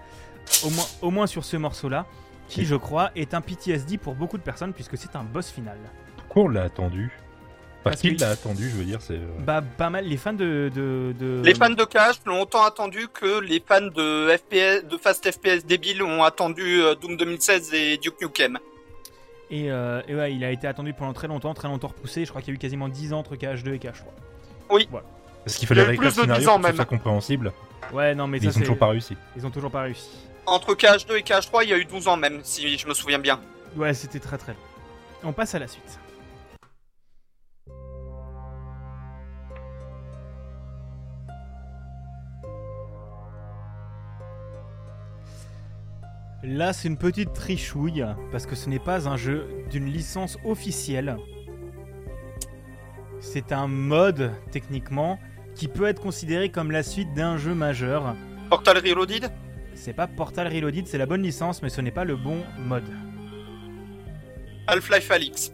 S1: Au moins, au moins sur ce morceau-là, qui, je crois, est un PTSD pour beaucoup de personnes, puisque c'est un boss final.
S3: Pourquoi on l'a attendu
S1: Parce
S3: Parce
S1: que-
S3: qu'il l'a attendu, je veux dire, c'est. euh,
S1: Bah, pas mal. Les fans de. de- de-
S2: Les fans de Clash l'ont autant attendu que les fans de FPS, de Fast FPS débile ont attendu euh, Doom 2016 et Duke Nukem.
S1: Et, euh, et ouais, il a été attendu pendant très longtemps, très longtemps repoussé. Je crois qu'il y a eu quasiment 10 ans entre KH2 et KH3.
S3: Parce
S2: Il
S3: qu'il
S2: y
S3: fallait
S2: avait
S3: réécrire le
S2: plus de
S3: scénario
S2: 10 ans
S3: pour que ce
S2: même.
S3: soit compréhensible.
S1: Ouais, non, mais ça,
S3: Mais ils ont
S1: c'est-
S3: toujours pas réussi.
S1: ils ont toujours pas réussi.
S2: Entre KH2 et KH3, il y a eu 12 ans même, si je me souviens bien.
S1: Ouais, c'était très très long. On passe à la suite. Là, c'est une petite trichouille, parce que ce n'est pas un jeu d'une licence officielle. C'est un mode, techniquement, qui peut être considéré comme la suite d'un jeu majeur.
S2: Portal Reloaded
S1: C'est pas Portal Reloaded, c'est la bonne licence, mais ce n'est pas le bon mode.
S2: Half-Life Alix.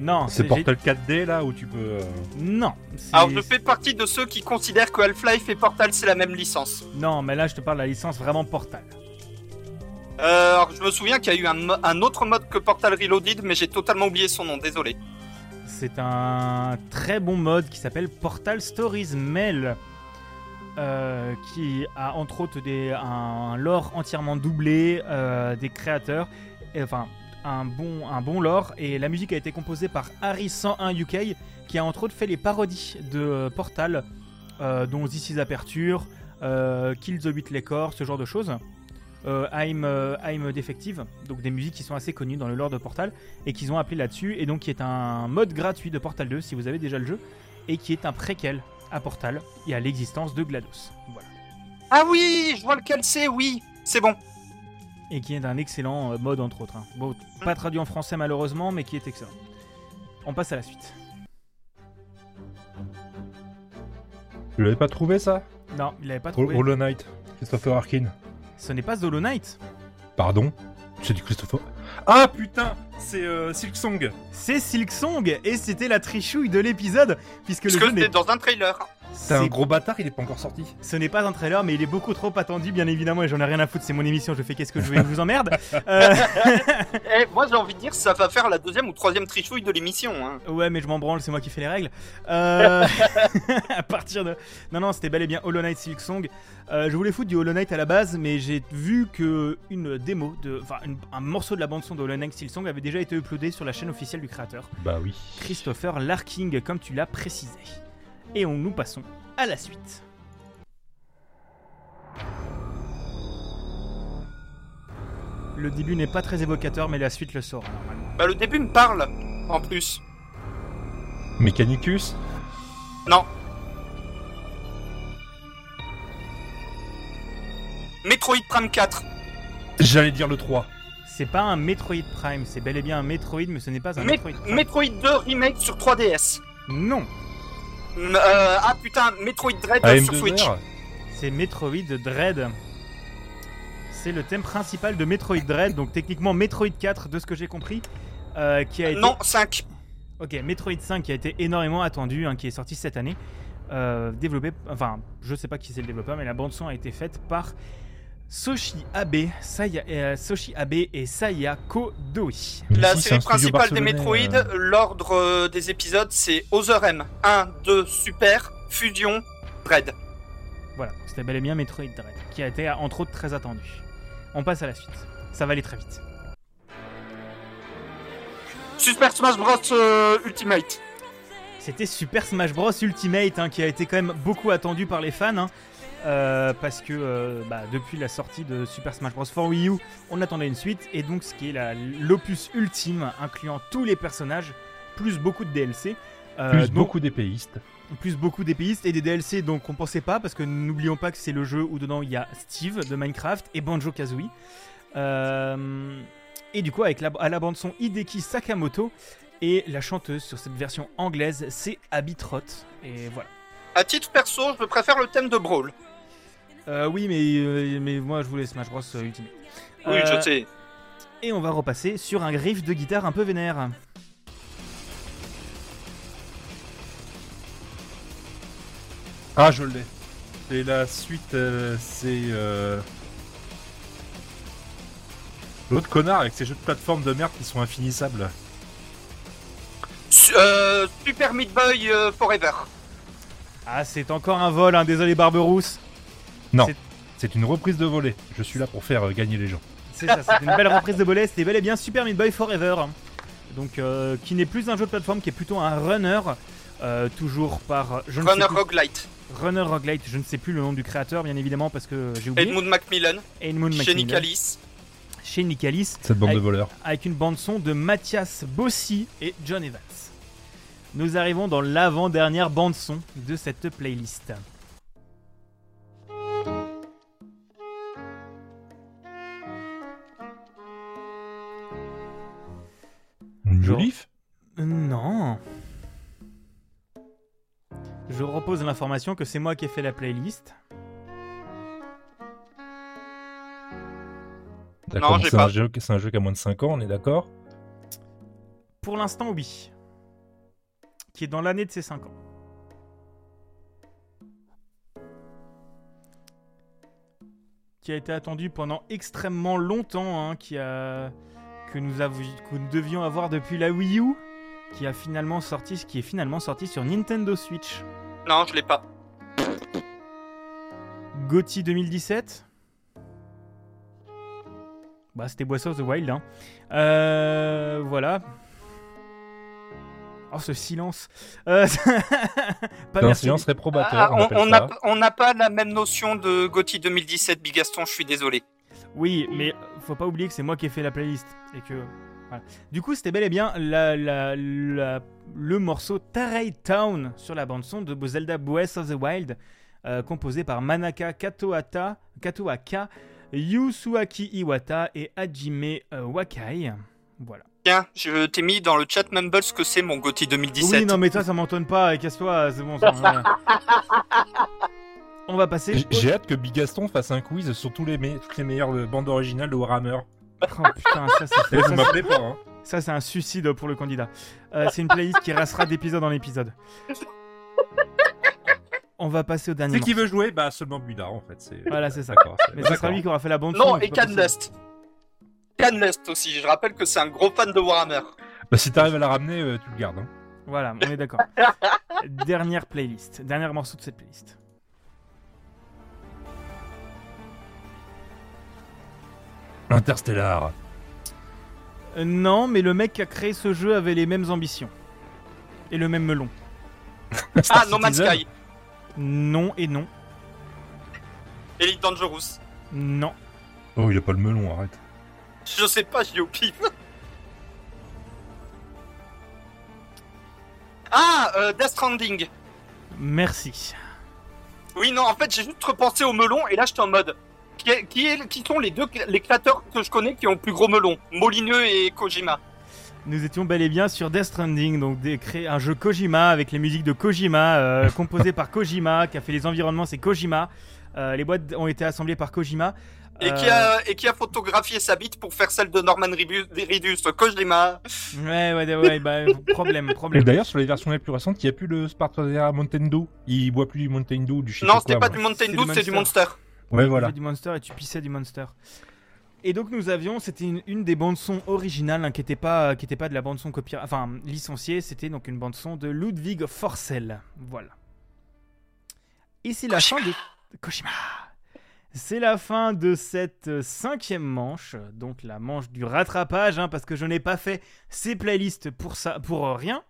S1: Non,
S3: C'est
S1: j'ai-
S3: Portal 4D là où tu peux. euh,
S1: Non. c'est-
S2: Alors Ah, je fais partie de ceux qui considèrent que Half-Life et Portal c'est la même licence.
S1: Non, mais là je te parle de la licence vraiment Portal.
S2: Euh, alors je me souviens qu'il y a eu un, mo- un autre mode que Portal Reloaded, mais j'ai totalement oublié son nom, désolé.
S1: C'est un très bon mode qui s'appelle Portal Stories Mail, euh, qui a entre autres des, un lore entièrement doublé euh, des créateurs, et, enfin un bon, un bon lore, et la musique a été composée par Harry 101 UK, qui a entre autres fait les parodies de euh, Portal, euh, dont This is Aperture, euh, Kill the Witch Record, ce genre de choses. Euh, I'm, euh, I'm Defective, donc des musiques qui sont assez connues dans le lore de Portal et qu'ils ont appelé là-dessus, et donc qui est un mode gratuit de Portal 2 si vous avez déjà le jeu, et qui est un préquel à Portal et à l'existence de GLaDOS. Voilà.
S2: Ah oui, je vois lequel c'est, oui, c'est bon.
S1: Et qui est un excellent euh, mode entre autres. hein. Bon, pas traduit en français malheureusement, mais qui est excellent. On passe à la suite.
S3: Tu l'avais pas trouvé ça
S1: Non, il l'avait pas
S3: Ho-
S1: trouvé.
S3: Hollow Knight. Christopher Harkin.
S1: Ce n'est pas Hollow Knight,
S3: Pardon C'est du Christopher. Ah putain C'est euh, Silksong
S1: c'est Silksong, et c'était la trichouille de l'épisode, puisque le
S2: Parce que
S1: jeu n'est
S2: c'était dans un trailer.
S3: T'es un
S1: C'est-
S3: gros bâtard, il est pas encore sorti.
S1: Ce n'est pas un trailer, mais il est beaucoup trop attendu, bien évidemment, et j'en ai rien à foutre, c'est mon émission, je fais qu'est-ce que je veux, je vous emmerde. Euh,
S2: Eh, moi, j'ai envie de dire, ça va faire la deuxième ou troisième trichouille de l'émission. Hein.
S1: ouais, mais je m'en branle, c'est moi qui fais les règles. Euh, à partir de. Non, non, c'était bel et bien Hollow Knight Silk Song. Euh, je voulais foutre du Hollow Knight à la base, mais j'ai vu que une démo, de... enfin une- un morceau de la bande-son de Hollow Knight Silk Song avait déjà été uploadé sur la chaîne officielle du créateur,
S3: Bah oui.
S1: Christopher Larking, comme tu l'as précisé. Et on nous passons à la suite. Le début n'est pas très évocateur, mais la suite le sera normalement.
S2: Bah, le début me parle, en plus.
S3: Mechanicus
S2: Metroid Prime 4.
S3: J'allais dire le 3.
S1: C'est pas un Metroid Prime, c'est bel et bien un Metroid, mais ce n'est pas un
S2: Met-
S1: Metroid Prime.
S2: Metroid 2 Remake sur 3DS.
S1: Non,
S2: Mm, euh, ah putain, Metroid Dread
S3: am
S2: sur Switch.
S1: c'est Metroid Dread. C'est le thème principal de Metroid Dread, donc techniquement Metroid 4, de ce que j'ai compris, euh, qui a été.
S2: Non, 5.
S1: Ok, Metroid 5 qui a été énormément attendu, hein, qui est sorti cette année, euh, développé, enfin, je sais pas qui c'est le développeur, mais la bande son a été faite par Soshi Abe, Saya, euh, Soshi Abe et Sayako Doi.
S2: La série principale des Metroid, l'ordre euh, des épisodes, c'est Other M. 1, 2, Super, Fusion, Dread.
S1: Voilà, donc c'était bel et bien Metroid Dread, qui a été entre autres très attendu. On passe à la suite. Ça va aller très vite.
S2: Super Smash Bros euh, Ultimate.
S1: C'était Super Smash Bros Ultimate hein, qui a été quand même beaucoup attendu par les fans. hein, euh, parce que euh, bah, depuis la sortie de Super Smash Bros. for Wii U, on attendait une suite. Et donc, ce qui est la- l'opus ultime, incluant tous les personnages, plus beaucoup de DLC. euh,
S3: Plus
S1: donc-
S3: beaucoup d'épéistes.
S1: plus beaucoup d'épéistes et des DLC donc on pensait pas parce que n'oublions pas que c'est le jeu où dedans il y a Steve de Minecraft et Banjo Kazooie. Euh, et du coup avec la, à la bande son Hideki Sakamoto et la chanteuse sur cette version anglaise c'est Abby Trott et voilà.
S2: À titre perso, je préfère le thème de Brawl.
S1: Euh, oui mais, euh, mais moi je voulais Smash Bros euh, Ultimate.
S2: Oui,
S1: Euh,
S2: je sais.
S1: Et on va repasser sur un riff de guitare un peu vénère.
S3: Ah, je l'ai. Et la suite, euh, c'est. euh, L'autre connard avec ces jeux de plateforme de merde qui sont infinissables.
S2: Su- euh, Super Meat Boy euh, Forever.
S1: Ah c'est encore un vol hein, désolé Barberousse.
S3: C'est une reprise de volée. Je suis là pour faire euh, gagner les gens.
S1: C'est ça, c'est une belle reprise de Bolet, c'était bel et bien Super Meat Boy Forever. Donc, euh, qui n'est plus un jeu de plateforme, qui est plutôt un runner, euh, toujours par euh, je ne sais
S2: Runner
S1: plus-
S2: Roguelite.
S1: runner roguelite. Je ne sais plus le nom du créateur, bien évidemment, parce que j'ai oublié.
S2: Edmund Macmillan.
S1: Edmund
S2: Chez
S1: Macmillan.
S2: Nicalis.
S1: Chez Nicalis,
S3: Cette bande
S1: Aïe.
S3: de voleurs.
S1: avec une bande son de Mathias Bossi et John Evans. Nous arrivons dans l'avant-dernière bande son de cette playlist.
S3: Jolif
S1: Non. Je repose l'information que c'est moi qui ai fait la playlist.
S3: D'accord,
S2: j'ai
S3: c'est
S2: pas.
S3: un jeu- C'est un jeu qui a moins de 5 ans, on est d'accord
S1: Pour l'instant, oui. Qui est dans l'année de ses 5 ans. Qui a été attendu pendant extrêmement longtemps, hein, qui a... que, nous avou- que nous devions avoir depuis la Wii U, qui, a finalement sorti... qui est finalement sorti sur Nintendo Switch.
S2: Non, je l'ai pas.
S1: GOTY 2017 Bah, c'était Bois of the Wild, hein. Euh, voilà. Oh, ce silence. Euh, pas
S3: Un
S1: merci.
S3: silence
S2: Ah,
S3: réprobateur. on
S2: on-
S3: appelle
S2: on
S3: ça.
S2: n'a on n'a pas la même notion de Gotti 2017 Bigaston, je suis désolé.
S1: Oui, mais faut pas oublier que c'est moi qui ai fait la playlist et que. voilà. Du coup, c'était bel et bien la- la- la- le morceau Tarei Town sur la bande son de Zelda Breath of the Wild, euh, composé par Manaka Katoata, Katoaka, Yusuaki Iwata et Hajime euh, Wakai. Voilà.
S2: Tiens, je t'ai mis dans le chat Mumble ce que c'est mon Gotti 2017.
S1: Oui, non, mais toi, ça m'entonne pas. et Casse-toi, c'est bon. ça, voilà. On va passer.
S3: J- J'ai hâte que Bigaston fasse un quiz sur tous les me- toutes les meilleures euh, bandes originales de Warhammer.
S1: Oh putain, ça, c'est-
S3: Et vous
S1: ça, Ah,
S3: m'appelez pas, hein
S1: Ça, c'est un suicide pour le candidat. Euh, c'est une playlist qui restera d'épisode en épisode. On va passer au dernier.
S3: Dès qui
S1: morceau.
S3: veut jouer, bah seulement Bullard en fait. c'est-
S1: Voilà, c'est ça.
S3: D'accord, c'est-
S1: Mais ce sera
S3: d'accord.
S1: lui qui aura fait la bande.
S2: Non,
S1: son,
S2: et
S1: c'est pas possible.
S2: Canlust. Canlust aussi, je rappelle que c'est un gros fan de Warhammer.
S3: Bah, si t'arrives à la ramener, euh, tu le gardes. hein.
S1: Voilà, on est d'accord. Dernière playlist, dernier morceau de cette playlist.
S3: Interstellar.
S1: Euh, non, mais le mec qui a créé ce jeu avait les mêmes ambitions. Et le même melon.
S2: Ah,
S3: Star
S2: No Man's
S3: Citizen.
S2: Sky,
S1: Non et non.
S2: Elite Dangerous.
S1: Non.
S3: Oh, il a pas le melon, arrête.
S2: Je sais pas, je dis au pif. Ah, euh, Death Stranding.
S1: Merci.
S2: Oui, non, en fait, j'ai juste repensé au melon et là, j'étais en mode. Qui, est- qui, est- qui sont les deux cl- les clateurs que je connais qui ont le plus gros melon Molineux et Kojima.
S1: Nous étions bel et bien sur Death Stranding, donc des- créer un jeu Kojima avec les musiques de Kojima, euh, composé par Kojima, qui a fait les environnements, c'est Kojima. Euh, les boîtes ont été assemblées par Kojima.
S2: Et,
S1: Euh,
S2: qui a, et qui a photographié sa bite pour faire celle de Norman Ribu- Ridus, Kojima.
S1: Ouais, ouais, ouais, ouais, bah, problème,
S3: Et
S1: problème.
S3: d'ailleurs, sur les versions les plus récentes, il n'y a plus le Spartania Mountain Dew. Il boit plus du Mountain Dew, du shit.
S2: Non, c'était pas du
S1: C'est
S2: Mountain
S1: du
S2: Dew, c'est du Monster.
S3: Ouais,
S1: Tu
S3: voilà.
S1: buvais du monster et tu pissais du monster. Et donc nous avions, c'était une, une des bandes son originales hein, qui n'était pas, qui était pas de la bande son copier, enfin licenciée, c'était donc une bande son de Ludwig Forcell. Voilà. Et c'est la fin de Kojima. C'est la fin de cette euh, cinquième manche, donc la manche du rattrapage, hein, parce que je n'ai pas fait ces playlists pour ça, pour euh, rien.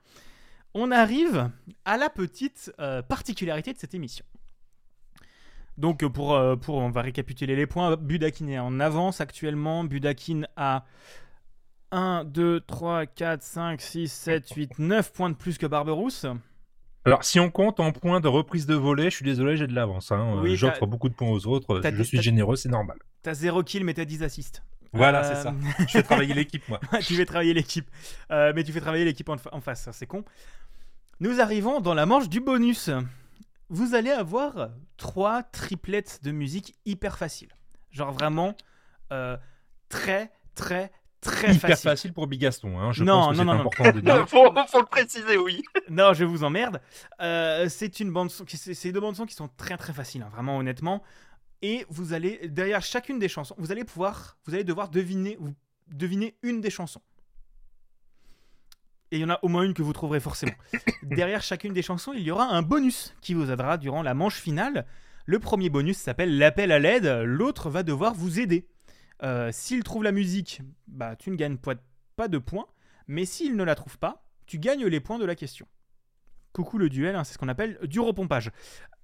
S1: On arrive à la petite euh, particularité de cette émission. Donc euh, pour, euh, pour on va récapituler les points, Budakin est en avance actuellement, Budakin a 1, 2, 3, 4, 5, 6, 7, 8, 9 points de plus que Barberousse.
S3: Alors, si on compte en points de reprise de volet, je suis désolé, j'ai de l'avance. hein. Euh,
S1: Oui,
S3: J'offre
S1: t'as-
S3: beaucoup de points aux autres.
S1: t'as
S3: Je
S1: des
S3: suis
S1: stats-
S3: généreux, c'est normal.
S1: T'as 0 kill mais t'as 10 assists.
S3: Voilà,
S1: Euh,
S3: c'est ça. Je fais travailler l'équipe, moi.
S1: tu fais travailler l'équipe. Euh, mais tu fais travailler l'équipe en, en face, ça, c'est con. Nous arrivons dans la manche du bonus. Vous allez avoir trois triplettes de musique hyper faciles. Genre vraiment euh, très, très, très
S3: Hyper
S1: facile.
S3: facile. pour Bigaston. Hein. Je
S1: Non,
S3: pense que
S1: non, non,
S3: c'est
S1: non.
S3: important de
S2: faut,
S3: dire.
S2: faut le préciser, oui.
S1: Non, je vous emmerde. Euh, c'est une bande son, qui- c'est c'est deux bandes son qui sont très très faciles, hein, vraiment honnêtement. Et vous allez derrière chacune des chansons, vous allez pouvoir, vous allez devoir deviner, vous- deviner une des chansons. Et il y en a au moins une que vous trouverez forcément. derrière chacune des chansons, il y aura un bonus qui vous aidera durant la manche finale. Le premier bonus s'appelle l'appel à l'aide. L'autre va devoir vous aider. Euh, s'il trouve la musique, bah tu ne gagnes pas- pas de points. Mais s'il ne la trouve pas, tu gagnes les points de la question. Coucou le duel, hein, c'est ce qu'on appelle du repompage.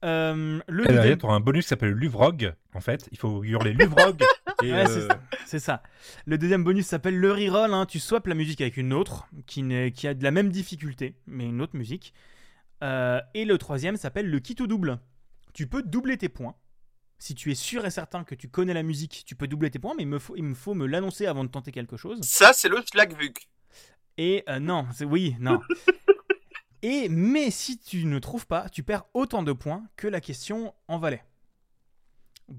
S1: Euh, le
S3: Et derrière,
S1: deuxième-
S3: tu auras ben, un bonus qui s'appelle Luvrog. En fait, il faut hurler Luvrog. Et,
S1: Ouais,
S3: euh,
S1: c'est ça. c'est ça. Le deuxième bonus s'appelle le reroll. hein. Tu swaps la musique avec une autre qui, n'est- qui a de la même difficulté, mais une autre musique. Euh, et le troisième s'appelle le kit au double. Tu peux doubler tes points. Si tu es sûr et certain que tu connais la musique, tu peux doubler tes points, mais il me faut, il me, faut me l'annoncer avant de tenter quelque chose.
S2: Ça, c'est le Schlagvug.
S1: Et euh, non, c'est oui, non. Et mais si tu ne trouves pas, tu perds autant de points que la question en valait.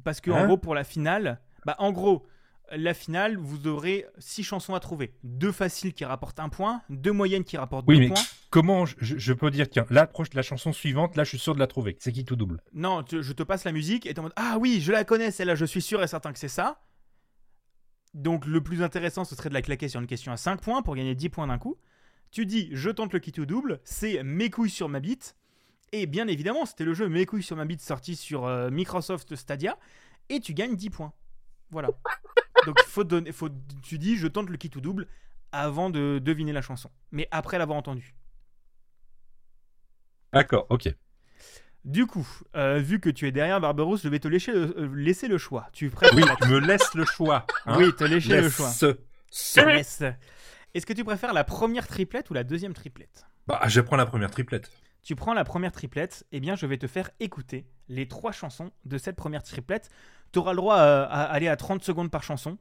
S1: Parce que en
S3: Hein
S1: gros pour la finale, bah en gros la finale, vous aurez six chansons à trouver. Deux faciles qui rapportent un point, deux moyennes qui rapportent
S3: Oui,
S1: deux
S3: mais
S1: points.
S3: comment je, je- je peux dire, tiens, là, proche de la chanson suivante, là, je suis sûr de la trouver. C'est qui tout double
S1: Non, tu- je te passe la musique et t'es en mode ah oui, je la connais celle-là, je suis sûr et certain que c'est ça. Donc le plus intéressant, ce serait de la claquer sur une question à 5 points pour gagner 10 points d'un coup. Tu dis je tente le kit au double, c'est mes couilles sur ma bite. Et bien évidemment, c'était le jeu mes couilles sur ma bite sorti sur euh, Microsoft Stadia et tu gagnes 10 points. Voilà. Donc faut donner, faut, tu dis je tente le kit au double avant de deviner la chanson, mais après l'avoir entendue.
S3: D'accord, ok.
S1: Du coup, euh, vu que tu es derrière Barberousse, je vais te lécher le- euh, laisser le choix. Tu préfères
S3: Oui, tu me laisses le choix. hein.
S1: Oui, te lécher le
S3: Laisse
S1: choix.
S3: ce- ce-
S1: Te laisse. Est-ce que tu préfères la première triplette ou la deuxième triplette
S3: Bah, je prends la première triplette.
S1: Tu prends la première triplette, eh bien je vais te faire écouter les trois chansons de cette première triplette. Tu auras le droit à, à aller à 30 secondes par chanson.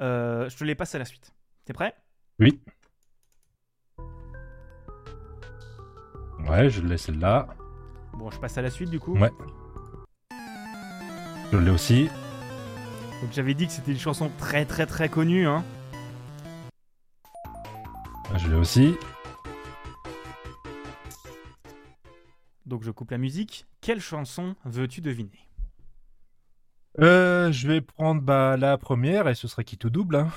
S1: Euh, je te les passe à la suite. T'es prêt
S3: Ouais, je laisse celle-là.
S1: Bon, je passe à la suite du coup.
S3: Ouais. Je l'ai aussi.
S1: Donc j'avais dit que c'était une chanson très très très connue. Hein.
S3: Ah, Je l'ai aussi.
S1: donc je coupe la musique. Quelle chanson veux-tu deviner
S3: Euh, je vais prendre bah, la première et ce sera qui tout double. hein.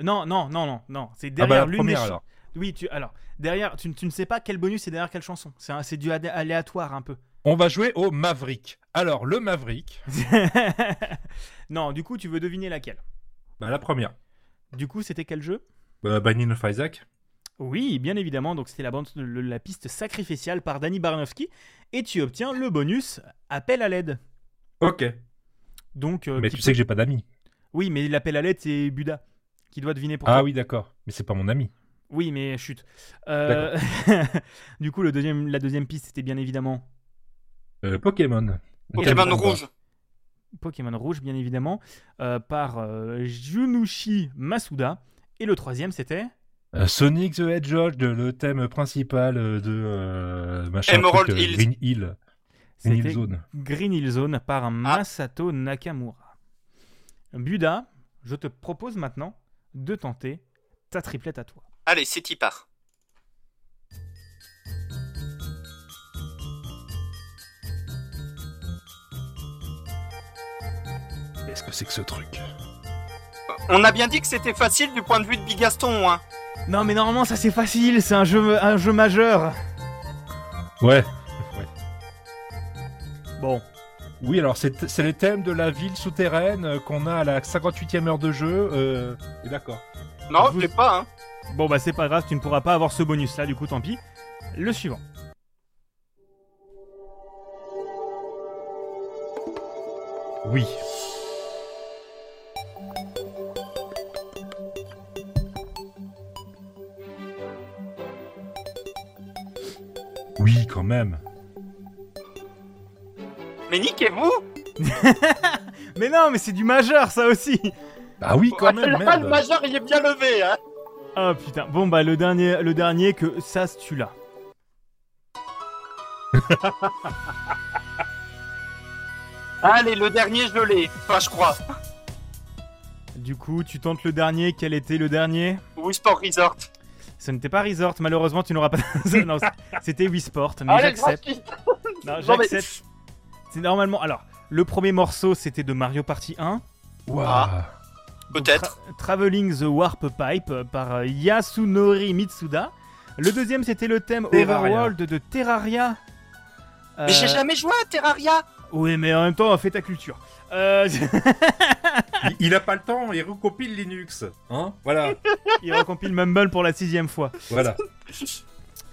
S1: Non, non, non, non, non. C'est
S3: Ah bah,
S1: derrière l'une
S3: la
S1: des
S3: première
S1: ch-
S3: alors.
S1: Oui, tu alors derrière, tu, tu ne sais pas quel bonus est derrière quelle chanson. C'est un- c'est du adé- aléatoire un peu.
S3: On va jouer au Maverick. Alors, le Maverick,
S1: non, du coup, tu veux deviner laquelle
S3: bah, la première.
S1: Du coup, c'était quel jeu
S3: Bah, Binding of Isaac.
S1: Oui, bien évidemment. Donc c'était la bande, le- la piste sacrificielle par Danny Baranowski, et tu obtiens le bonus appel à l'aide.
S3: Ok.
S1: Donc euh,
S3: Mais
S1: qui
S3: tu
S1: peut-
S3: sais que j'ai pas d'amis.
S1: oui, mais l'appel à l'aide c'est Buda qui doit deviner pour toi.
S3: Ah oui, d'accord. Mais c'est pas mon ami.
S1: Oui, mais chut. Euh, du coup, le deuxième, la deuxième piste, c'était bien évidemment
S3: Euh, Pokémon.
S2: Pokémon
S3: Combat.
S2: ben, rouge.
S1: Pokémon Rouge, bien évidemment, euh, par euh, Junushi Masuda. Et le troisième, c'était
S3: Euh, Sonic the Hedgehog, de- le thème principal euh, de euh, machin
S2: Emerald
S3: truc, euh,
S2: Hill.
S3: Green Hill. Green Hill
S1: c'était
S3: Zone. Ah.
S1: Green Hill Zone par Masato Nakamura. Buda, je te propose maintenant de tenter ta triplette à toi.
S2: Allez, c'est y part.
S3: Qu'est-ce que c'est que ce truc
S2: On a bien dit que c'était facile du point de vue de Bigaston, hein.
S1: Non, mais normalement, ça c'est facile, c'est un jeu, un jeu majeur.
S3: Ouais.
S1: Bon,
S3: Oui, alors c'est c'est les thèmes de la ville souterraine euh, qu'on a à la 58e heure de jeu. euh, et D'accord.
S2: Non,
S1: Vous-
S2: je l'ai pas, hein.
S1: bon bah c'est pas grave, tu ne pourras pas avoir ce bonus là, du coup, tant pis. Le suivant.
S3: Oui. Oui, quand même.
S2: Mais niquez-vous
S1: Mais non, mais c'est du majeur, ça aussi.
S3: Ah oui, quand même,
S2: Là,
S3: merde.
S2: le majeur, il est bien levé, hein.
S1: Ah putain, bon bah le dernier, le dernier que ça tu l'as.
S2: Allez, le dernier, je l'ai. Enfin, je crois.
S1: Du coup, tu tentes le dernier, quel était le dernier
S2: Wii Sport Resort.
S1: Ce n'était pas Resort, malheureusement tu n'auras pas... non, c'était Wii Sport, mais
S2: Allez,
S1: j'accepte.
S2: gratuit.
S1: Non,
S2: Non, mais-
S1: j'accepte. C'est normalement... Alors, le premier morceau c'était de Mario Party 1.
S3: Ouah.
S1: donc
S2: Peut-être.
S1: Tra- Traveling the Warp Pipe euh, par euh, Yasunori Mitsuda. Le deuxième c'était le thème
S3: Terraria.
S1: Overworld de Terraria. Euh,
S2: Mais j'ai jamais joué à Terraria.
S1: Oui, mais en même temps, fais ta culture. Euh...
S3: Il- Il a pas le temps, il recopile Linux. Hein Voilà,
S1: Il recompile Mumble pour la sixième fois.
S3: voilà.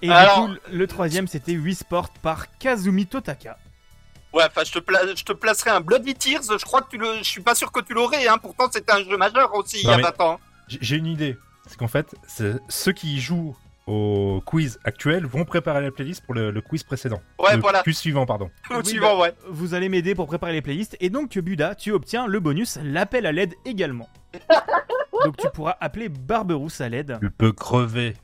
S1: Et
S2: Alors-
S1: du coup, le troisième, c'était Wii Sport par Kazumi Totaka.
S2: Ouais, enfin, je te, pla- je te placerai un Bloody Tears. Je crois que tu le, je suis pas sûr que tu l'aurais, hein. Pourtant, c'était un jeu majeur aussi il y
S3: Non,
S2: a
S3: mais-
S2: 20 ans.
S3: J- J'ai une idée. C'est qu'en fait, c'est- ceux qui y jouent au quiz actuel vont préparer la playlist pour le, le quiz précédent.
S2: Ouais,
S3: le
S2: voilà.
S3: quiz suivant, pardon.
S2: Au
S1: Oui,
S2: suivant, ouais.
S1: Vous allez m'aider pour préparer les playlists. Et donc, Buda, tu obtiens le bonus, l'appel à l'aide également. donc, tu pourras appeler Barberousse à l'aide.
S3: Tu peux crever.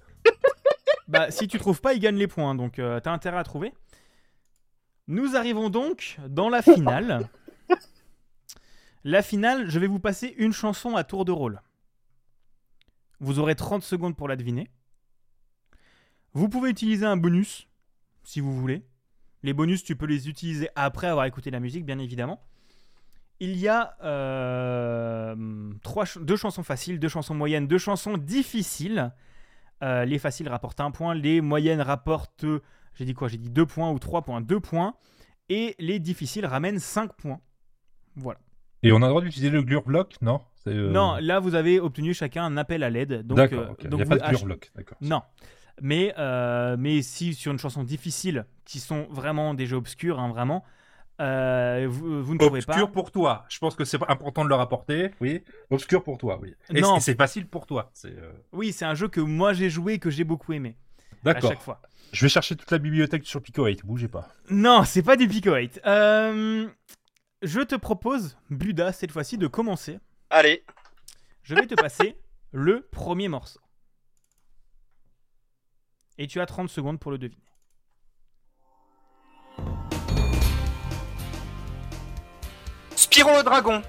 S1: Bah, si tu trouves pas, il gagne les points. Donc, euh, t'as intérêt à trouver. Nous arrivons donc dans la finale. La finale, je vais vous passer une chanson à tour de rôle. Vous aurez 30 secondes pour la deviner. Vous pouvez utiliser un bonus, si vous voulez. Les bonus, tu peux les utiliser après avoir écouté la musique, bien évidemment. Il y a euh, trois ch- deux chansons faciles, deux chansons moyennes, deux chansons difficiles. Euh, les faciles rapportent un point, les moyennes rapportent, euh, j'ai dit quoi J'ai dit deux points ou trois points, deux points, et les difficiles ramènent 5 points. Voilà.
S3: Et on a le droit d'utiliser le glurblock, non C'est, euh,
S1: Non, là vous avez obtenu chacun un appel à l'aide, donc,
S3: D'accord,
S1: euh,
S3: ok. il
S1: donc
S3: n'y a pas
S1: vous-
S3: de
S1: à ch-
S3: glurblock, d'accord.
S1: non. Mais, euh, mais si sur une chanson difficile, qui sont vraiment des jeux obscurs, hein, vraiment, euh, vous, vous ne trouvez pas.
S3: Obscur pour toi. Je pense que c'est important de le rapporter. Oui. Obscur pour toi, oui. Et
S1: Non.
S3: c'est- c'est facile pour toi. c'est, euh,
S1: Oui, c'est un jeu que moi j'ai joué, que j'ai beaucoup aimé. À
S3: D'accord.
S1: chaque fois.
S3: Je vais chercher toute la bibliothèque sur Pico8. Bougez pas.
S1: Non, c'est pas du Picoate. Euh, je te propose, Buda, cette fois-ci, de commencer.
S2: Allez.
S1: Je vais te passer le premier morceau. Et tu as 30 secondes pour le deviner.
S2: Spyro le dragon.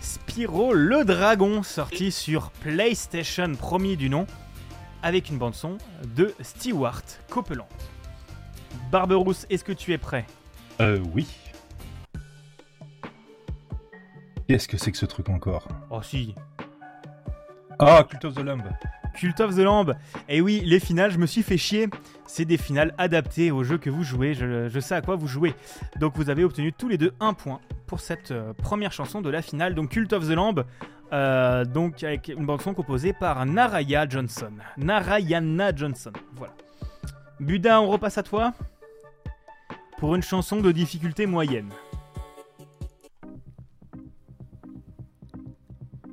S1: Spyro le dragon, sorti sur PlayStation, premier du nom, avec une bande-son de Stewart Copeland. Barberousse, est-ce que tu es prêt
S3: Euh, oui. Qu'est-ce que c'est que ce truc encore
S1: Oh si.
S3: Ah, Cult of the Lamb.
S1: Cult of the Lamb. Et oui, les finales, je me suis fait chier. C'est des finales adaptées au jeu que vous jouez. Je, je sais à quoi vous jouez. Donc vous avez obtenu tous les deux un point pour cette euh, première chanson de la finale. Donc Cult of the Lamb. euh, donc avec une bande son composée par Naraya Johnson. Narayana Johnson. Voilà. Buda, on repasse à toi pour une chanson de difficulté moyenne.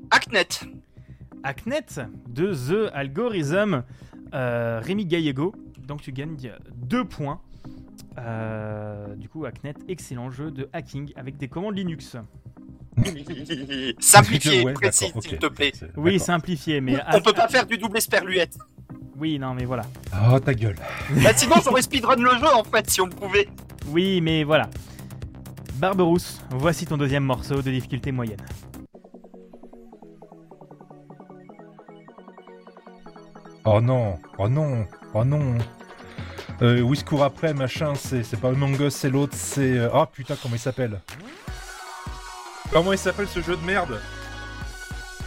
S2: Hacknet.
S1: Hacknet de The Algorithm, euh, Rémi Gallego. Donc tu gagnes 2 points. Euh, du coup, Hacknet, excellent jeu de hacking avec des commandes Linux.
S2: Simplifié,
S3: Ouais,
S2: précis,
S3: d'accord,
S2: s'il
S3: ok.
S2: te plaît.
S3: C'est-
S1: Oui,
S3: d'accord.
S1: simplifié, mais.
S2: On peut pas faire du double esperluette.
S1: Oui, non, mais voilà.
S3: Oh, ta gueule.
S2: Bah, sinon, j'aurais speedrun le jeu, en fait, si on pouvait.
S1: Oui, mais voilà. Barberousse, voici ton deuxième morceau de difficulté moyenne.
S3: Oh non, oh non, oh non. Euh, Whiscour après, machin, c'est c'est pas Among Us, c'est l'autre, c'est. euh, Ah putain, comment il s'appelle Comment il s'appelle ce jeu de merde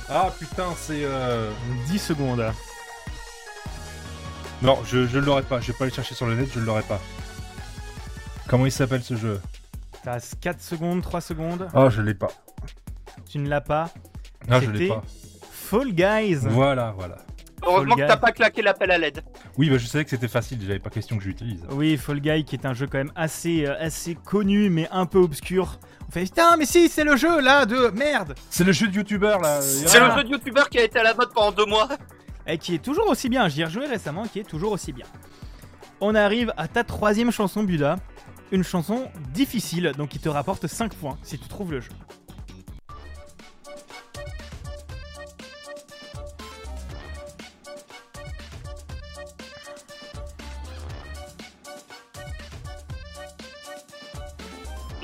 S3: Ah putain, c'est. euh,
S1: 10 secondes.
S3: Non, je, je l'aurais pas, je vais pas aller chercher sur le net, je l'aurais pas. Comment il s'appelle ce jeu
S1: T'as 4 secondes, 3 secondes.
S3: Ah, je l'ai pas.
S1: Tu ne l'as pas.
S3: Ah, je l'ai
S1: C'était-
S3: pas.
S1: Fall Guys.
S3: Voilà, voilà.
S2: Heureusement
S1: Fall
S2: que t'as
S1: Guy.
S2: pas claqué l'appel à l'aide.
S3: Oui, bah je savais que c'était facile, j'avais pas question que j'utilise.
S1: Oui, Fall Guy qui est un jeu quand même assez, euh, assez connu mais un peu obscur. On fait putain, mais si, c'est le jeu là de merde
S3: C'est le jeu de youtubeur là
S2: C'est
S1: Ah.
S2: le jeu de youtubeur qui a été à la mode pendant deux mois.
S1: Et qui est toujours aussi bien. J'y ai rejoué récemment, qui est toujours aussi bien. On arrive à ta troisième chanson, Buda. Une chanson difficile, donc qui te rapporte 5 points si tu trouves le jeu.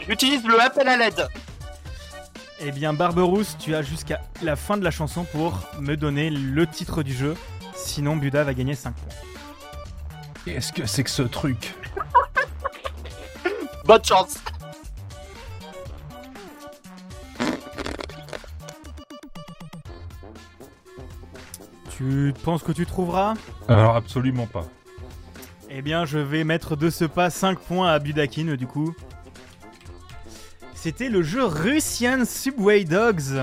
S2: J'utilise le appel à l'aide.
S1: Eh bien, Barberousse, tu as jusqu'à la fin de la chanson pour me donner le titre du jeu. Sinon, Buda va gagner 5 points.
S3: Qu'est-ce que c'est que ce truc
S2: Bonne chance.
S1: Tu penses que tu trouveras
S3: Alors absolument pas.
S1: Eh bien, je vais mettre de ce pas 5 points à Budakin, du coup. C'était le jeu Russian Subway Dogs,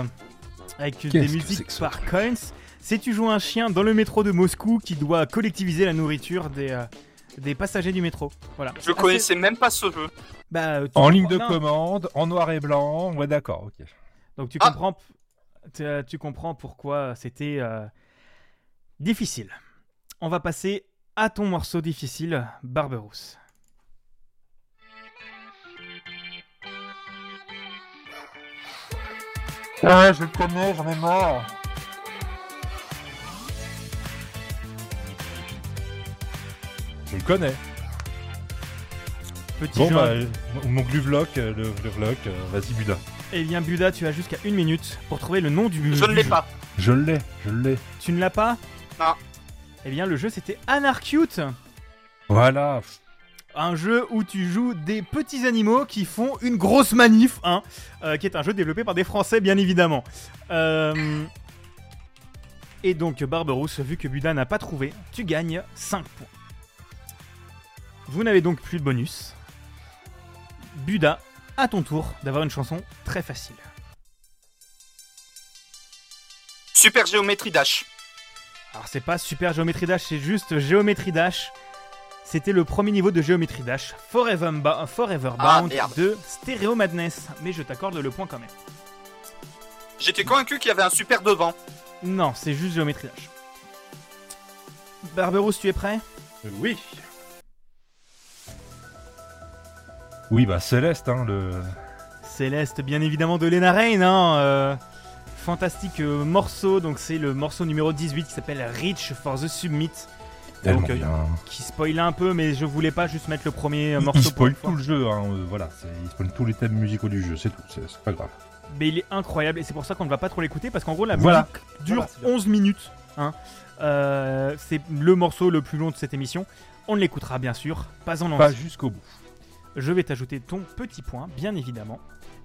S1: avec des
S3: Qu'est-ce que c'est
S1: musiques
S3: que ce
S1: par Coins. C'est tu joues un chien dans le métro de Moscou qui doit collectiviser la nourriture des, euh, des passagers du métro. Voilà.
S2: Je
S1: Assez-
S2: connaissais même pas ce jeu.
S1: Bah, tu
S3: En ligne de
S1: comprends- non.
S3: commande, en noir et blanc, ouais d'accord, ok.
S1: Donc tu
S2: Ah.
S1: comprends, tu, euh, tu comprends pourquoi c'était euh, difficile. On va passer à ton morceau difficile, Barberousse.
S3: Ah, je le connais, j'en ai marre. Je le connais.
S1: Petit
S3: Bon
S1: jeu
S3: bah, mon- mon gluvlock, euh, le gluvlock, euh, vas-y Buda.
S1: Eh bien, Buda, tu as jusqu'à une minute pour trouver le nom du.
S2: Je ne
S1: du
S2: l'ai
S1: jeu.
S2: pas.
S3: Je l'ai, je l'ai.
S1: Tu ne l'as pas
S2: Non.
S1: Eh bien, le jeu c'était Anarchute,
S3: Voilà.
S1: un jeu où tu joues des petits animaux qui font une grosse manif, hein, euh, qui est un jeu développé par des Français, bien évidemment. Euh, Et donc, Barberousse, vu que Buda n'a pas trouvé, tu gagnes 5 points. Vous n'avez donc plus de bonus. Buda, à ton tour d'avoir une chanson très facile.
S2: Super géométrie Dash.
S1: Alors c'est pas Super Géométrie Dash, c'est juste Géométrie Dash. C'était le premier niveau de Géométrie Dash, Forever, Ba- euh, Forever
S2: Ah,
S1: Bound
S2: merde.
S1: de Stereo Madness. Mais je t'accorde le point quand même.
S2: J'étais convaincu qu'il y avait un super devant.
S1: Non, c'est juste Géométrie Dash. Barberousse, tu es prêt
S3: Oui. Oui bah Céleste, hein le.
S1: Ah, Céleste, bien évidemment, de Lena Rain. hein, euh, fantastique euh, morceau, donc c'est le morceau numéro 18 qui s'appelle Reach for the Submit.
S3: Tellement
S1: Donc, euh,
S3: bien.
S1: Qui spoil un peu, mais je voulais pas juste mettre le premier euh,
S3: Il,
S1: morceau.
S3: il
S1: pour
S3: spoil
S1: une fois.
S3: tout le jeu, hein, euh, voilà, c'est- il spoil tous les thèmes musicaux du jeu, c'est tout, c'est c'est pas grave.
S1: mais il est incroyable et c'est pour ça qu'on ne va pas trop l'écouter parce qu'en gros la
S3: Voilà.
S1: musique dure
S3: Voilà, c'est bien.
S1: 11 minutes. hein. Euh, c'est le morceau le plus long de cette émission. On l'écoutera bien sûr, pas en entier.
S3: Pas jusqu'au bout.
S1: Je vais t'ajouter ton petit point, bien évidemment.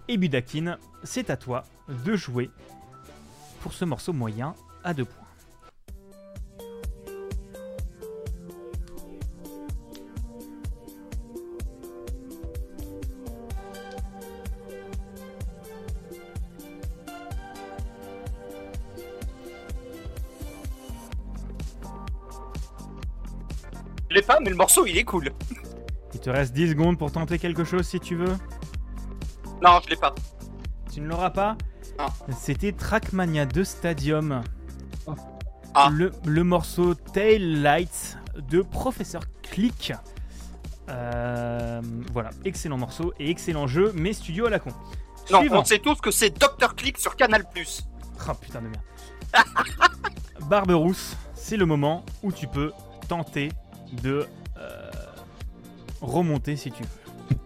S1: Et Budakine, c'est à toi de jouer pour ce morceau moyen à deux points.
S2: Je l'ai pas, mais le morceau, il est cool.
S1: Il te reste 10 secondes pour tenter quelque chose si tu veux.
S2: Non, je l'ai pas.
S1: Tu ne l'auras pas
S2: Non.
S1: C'était Trackmania 2 Stadium.
S2: Ah.
S1: Le, le morceau Tail Lights de Professeur Click. Euh, voilà, excellent morceau et excellent jeu, mais studio à la con.
S2: Non,
S1: Suivant.
S2: on sait tous que c'est Dr. Click sur Canal+.
S1: Ah putain de merde. Barberousse, c'est le moment où tu peux tenter de euh, remonter si tu veux.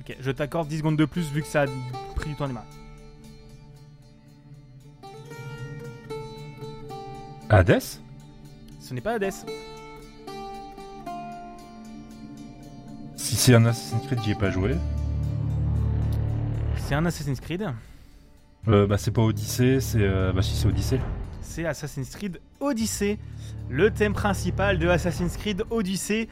S1: ok, je t'accorde 10 secondes de plus vu que ça a pris du temps des mains.
S3: Hades
S1: Ce n'est pas Hades.
S3: Si c'est un Assassin's Creed, j'y ai pas joué.
S1: C'est un Assassin's Creed.
S3: Euh, bah c'est pas Odyssée, c'est... euh, bah si c'est Odyssée.
S1: C'est Assassin's Creed Odyssey. Le thème principal de Assassin's Creed Odyssey.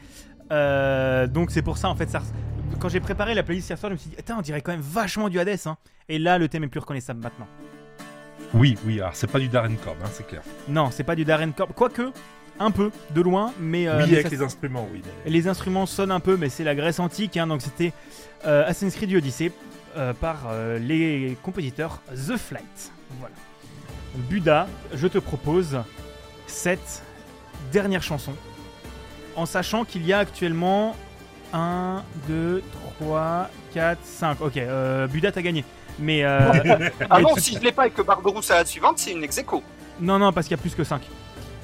S1: Euh, donc c'est pour ça en fait ça... res- Quand j'ai préparé la playlist hier soir, je me suis dit, Attends, on dirait quand même vachement du Hades. Hein. Et là, le thème est plus reconnaissable maintenant.
S3: Oui, oui, alors c'est pas du Darren Corb, hein, c'est clair.
S1: Non, c'est pas du Darren Corp. Quoique, un peu, de loin, mais... euh,
S3: oui,
S1: mais
S3: avec
S1: ça-
S3: les instruments, oui.
S1: les instruments sonnent un peu, mais c'est la Grèce antique, hein, donc c'était euh, Assassin's Creed Odyssey euh, par euh, les compositeurs The Flight. Voilà. Buda, je te propose cette dernière chanson, en sachant qu'il y a actuellement 1, 2, 3, 4, 5. Ok, euh, Buda, t'as gagné. Mais euh,
S2: Ah
S1: Mais
S2: non,
S1: tu-
S2: si je l'ai pas et que Barberousse à la suivante, c'est une ex
S1: Euh,
S2: aequo.
S1: non, non, parce qu'il y a plus que 5.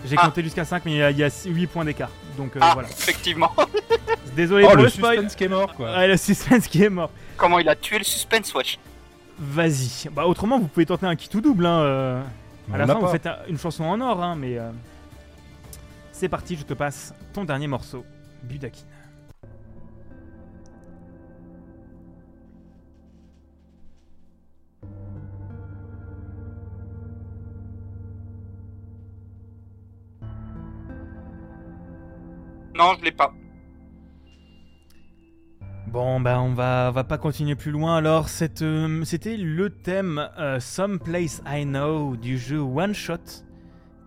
S1: J'ai
S2: Ah.
S1: compté jusqu'à 5, mais il y a- il y a 8 points d'écart. Donc euh,
S2: Ah,
S1: voilà.
S2: effectivement.
S1: Désolé
S3: oh,
S1: pour
S3: le
S1: le spoil.
S3: suspense qui est mort, quoi.
S1: Ouais, le suspense qui est mort.
S2: Comment il a tué le suspense, wesh.
S1: Vas-y. Bah autrement, vous pouvez tenter un kit ou double. Hein. euh.
S3: Mais
S1: À la
S3: on l'a
S1: fin,
S3: pas.
S1: vous faites un- une chanson en or, hein, mais euh, c'est parti. Je te passe ton dernier morceau, Budakin.
S2: Non, je l'ai pas.
S1: Bon, bah on va, on va pas continuer plus loin. Alors, cette, euh, c'était le thème euh, Someplace I Know du jeu One Shot,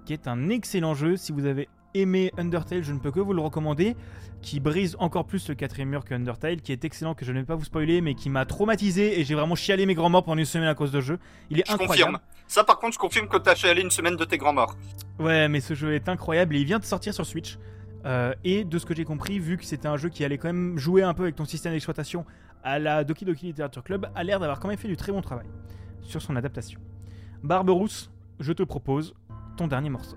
S1: qui est un excellent jeu. Si vous avez aimé Undertale, je ne peux que vous le recommander, qui brise encore plus le quatrième mur que Undertale, qui est excellent, que je ne vais pas vous spoiler, mais qui m'a traumatisé et j'ai vraiment chialé mes grands morts pendant une semaine à cause de ce jeu. Il est
S2: Je
S1: incroyable.
S2: confirme. Ça, par contre, je confirme que t'as chialé une semaine de tes grands morts.
S1: Ouais, mais ce jeu est incroyable et il vient de sortir sur Switch. Euh, et de ce que j'ai compris, vu que c'était un jeu qui allait quand même jouer un peu avec ton système d'exploitation à la Doki Doki Literature Club, a l'air d'avoir quand même fait du très bon travail sur son adaptation. Barberousse, je te propose ton dernier morceau.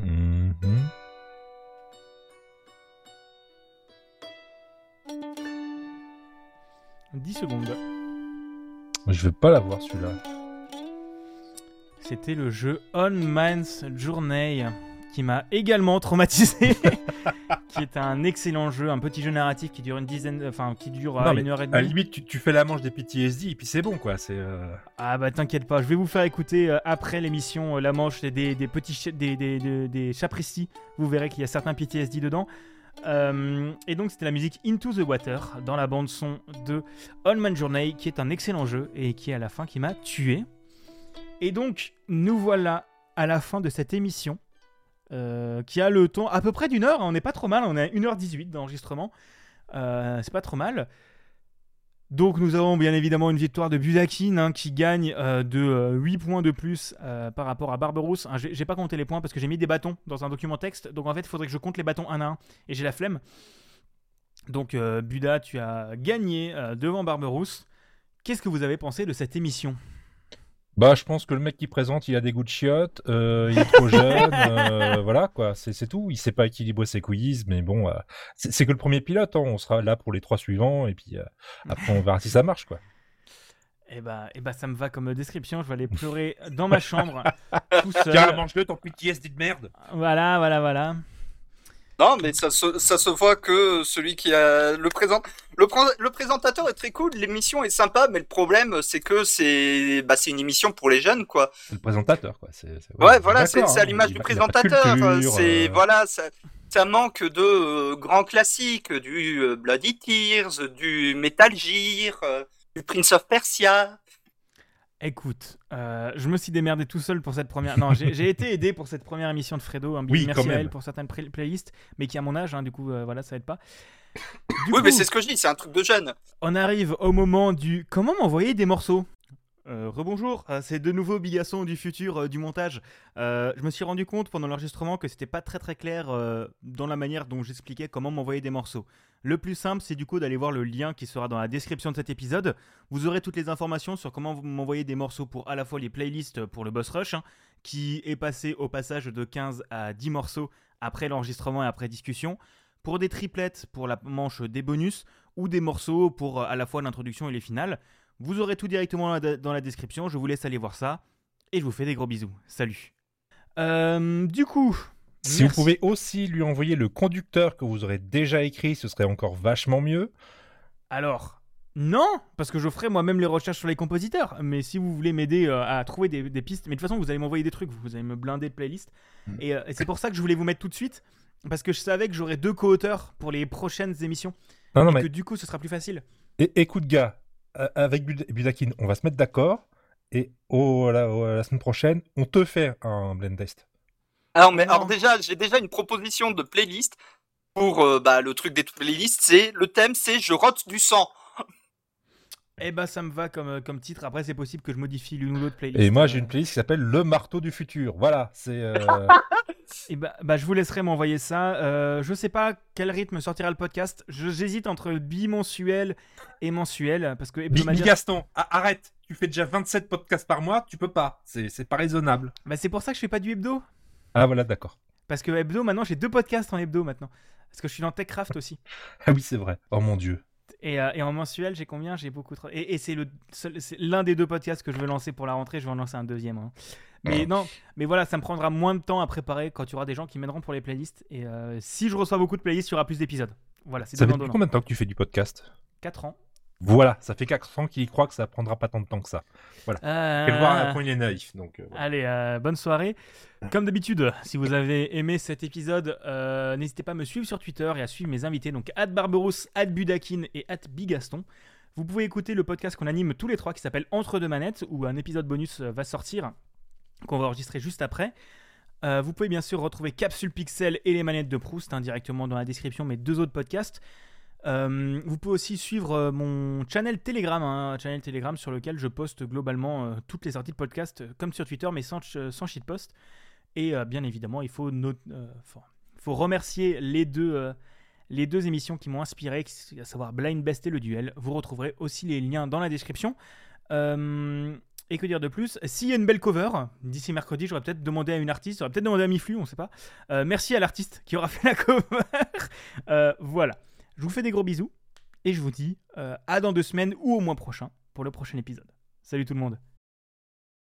S3: Mhm.
S1: En 10 secondes.
S3: Je vais pas l'avoir, celui-là.
S1: C'était le jeu On Man's Journey qui m'a également traumatisé, qui est un excellent jeu, un petit jeu narratif qui dure une dizaine, enfin qui dure euh,
S3: Non, mais
S1: une heure et
S3: À la
S1: demie.
S3: limite, tu, tu fais la manche des PTSD et puis c'est bon, quoi. C'est euh,
S1: Ah bah t'inquiète pas, je vais vous faire écouter euh, après l'émission euh, La Manche des, des, des petits cha- des, des, des, des chapristi. Vous verrez qu'il y a certains PTSD dedans. Euh, et donc c'était la musique Into the Water dans la bande son de All Man Journey qui est un excellent jeu et qui à la fin qui m'a tué. Et donc nous voilà à la fin de cette émission euh, qui a le temps à peu près d'une heure, hein, on n'est pas trop mal, on est à 1h18 d'enregistrement, Euh, c'est pas trop mal. Donc nous avons bien évidemment une victoire de Budakin hein, qui gagne euh, de 8 points de plus euh, par rapport à Barberousse. Hein, j'ai j'ai pas compté les points parce que j'ai mis des bâtons dans un document texte. Donc en fait, il faudrait que je compte les bâtons un à un. Et j'ai la flemme. Donc euh, Buda, tu as gagné euh, devant Barberousse. Qu'est-ce que vous avez pensé de cette émission
S3: Bah, je pense que le mec qui présente, il a des goûts de chiottes, euh, il est trop jeune, euh, voilà quoi, c'est c'est tout. Il sait pas équilibrer ses quiz, mais bon, euh, c'est c'est que le premier pilote, hein, on sera là pour les trois suivants, et puis euh, après on verra si ça marche quoi.
S1: Eh bah, eh bah, ça me va comme description. Je vais aller pleurer dans ma chambre, tout seul.
S5: Tiens, mange-le, ton petit SD de merde.
S1: Voilà, voilà, voilà.
S2: Non, mais ça se, ça se voit que celui qui a le présent, le, pré- le présentateur est très cool, l'émission est sympa, mais le problème c'est que c'est, bah, c'est une émission pour les jeunes, quoi.
S3: C'est le présentateur quoi. c'est- c'est-
S2: Ouais, voilà, c'est
S3: d'accord,
S2: c'est à
S3: hein,
S2: l'image
S3: il
S2: du
S3: a- il a pas de
S2: présentateur.
S3: culture,
S2: C'est
S3: euh,
S2: voilà, ça, ça manque de euh, grands classiques, du euh, Bloody Tears, du Metal Gear, euh, du Prince of Persia.
S1: Écoute, euh, je me suis démerdé tout seul pour cette première. Non, j'ai j'ai été aidé pour cette première émission de Fredo. hein,
S3: Oui,
S1: merci
S3: quand
S1: à
S3: même.
S1: elle pour certaines pré- playlists, mais qui a mon âge, hein, du coup, euh, voilà, ça aide pas. Du
S2: oui,
S1: coup,
S2: mais c'est ce que je dis, c'est un truc de jeune.
S1: on arrive au moment du comment m'envoyer des morceaux. Euh, rebonjour, euh, c'est de nouveau Bigasson du futur euh, du montage. Euh, je me suis rendu compte pendant l'enregistrement que c'était pas très très clair euh, dans la manière dont j'expliquais comment m'envoyer des morceaux. Le plus simple, c'est du coup d'aller voir le lien qui sera dans la description de cet épisode. Vous aurez toutes les informations sur comment vous m'envoyez des morceaux pour à la fois les playlists pour le boss rush, hein, qui est passé au passage de 15 à 10 morceaux après l'enregistrement et après discussion, pour des triplettes pour la manche des bonus, ou des morceaux pour euh, à la fois l'introduction et les finales. Vous aurez tout directement dans la, dans la description, je vous laisse aller voir ça, et je vous fais des gros bisous. Salut. Euh, du coup...
S3: Si vous
S1: merci.
S3: pouvez aussi lui envoyer le conducteur que vous aurez déjà écrit, ce serait encore vachement mieux.
S1: Alors, non, parce que je ferai moi-même les recherches sur les compositeurs. Mais si vous voulez m'aider euh, à trouver des, des pistes, mais de toute façon, vous allez m'envoyer des trucs, vous allez me blinder de playlists.
S3: Hmm.
S1: Et, euh, et c'est pour ça que je voulais vous mettre tout de suite, parce que je savais que j'aurais deux co-auteurs pour les prochaines émissions.
S3: Non, Ah non,
S1: et
S3: mais
S1: que du coup, ce sera plus facile.
S3: é- écoute, gars, a- avec Bud- Budakin, on va se mettre d'accord. Et oh au- la, au- la semaine prochaine, on te fait un blend test.
S2: Alors, mais alors
S1: Non.
S2: déjà, j'ai déjà une proposition de playlist pour euh, bah, le truc des playlists. C'est le thème, c'est je rote du sang.
S1: Eh ben, ça me va comme, euh, comme titre. Après, c'est possible que je modifie l'une ou l'autre playlist.
S3: Et moi,
S1: Euh,
S3: j'ai une playlist qui s'appelle Le marteau du futur. Voilà, c'est. euh,
S1: Eh ben- bah, je vous laisserai m'envoyer ça. Euh, je sais pas quel rythme sortira le podcast. Je- J'hésite entre bimensuel et mensuel, parce que
S5: Bi-
S1: hebdomadaire,
S5: Bigaston, a- arrête. Tu fais déjà 27 podcasts par mois, tu peux pas. C'est c'est pas raisonnable.
S1: bah, c'est pour ça que je fais pas du hebdo.
S3: Ah, voilà, d'accord.
S1: Parce que hebdo, maintenant, j'ai deux podcasts en hebdo maintenant. Parce que je suis dans TechCraft aussi.
S3: Ah oui, c'est vrai. Oh mon dieu.
S1: Et, euh, et en mensuel, j'ai combien J'ai beaucoup trop. Et, et c'est le seul- c'est l'un des deux podcasts que je veux lancer pour la rentrée. Je vais en lancer un deuxième. hein.
S3: Ah.
S1: Mais non, mais voilà, ça me prendra moins de temps à préparer quand tu auras des gens qui m'aideront pour les playlists. Et euh, si je reçois beaucoup de playlists, il y aura plus d'épisodes. Voilà, c'est
S3: Ça fait
S1: donnant
S3: depuis
S1: donnant.
S3: combien de temps que tu fais du podcast
S1: 4 ans.
S3: Voilà, ça fait 4 ans qu'il croit que ça prendra pas tant de temps que ça.
S1: Euh,
S3: Quel voir à quel point il est naïf. Donc, euh, voilà.
S1: Allez, euh, bonne soirée. Comme d'habitude, si vous avez aimé cet épisode, euh, n'hésitez pas à me suivre sur Twitter et à suivre mes invités, donc @barberousse, @budakin et @bigaston. Vous pouvez écouter le podcast qu'on anime tous les trois qui s'appelle Entre deux manettes, où un épisode bonus euh, va sortir, qu'on va enregistrer juste après. Euh, vous pouvez bien sûr retrouver Capsule Pixel et les manettes de Proust hein, directement dans la description, mes deux autres podcasts. Euh, vous pouvez aussi suivre euh, mon channel Telegram, hein, un channel Telegram sur lequel je poste globalement euh, toutes les sorties de podcast, euh, comme sur Twitter, mais sans, ch- euh, sans shitpost. Et euh, bien évidemment, il faut, note- euh, faut- faut remercier les deux, euh, les deux émissions qui m'ont inspiré, qui s- à savoir Blind Best et Le Duel. Vous retrouverez aussi les liens dans la description. Euh, et que dire de plus S'il y a une belle cover, d'ici mercredi, j'aurais peut-être demandé à une artiste, j'aurais peut-être demandé à Miflu, on sait pas. Euh, merci à l'artiste qui aura fait la cover. Euh, voilà. Je vous fais des gros bisous et je vous dis euh, à dans deux semaines ou au mois prochain pour le prochain épisode. Salut tout le monde.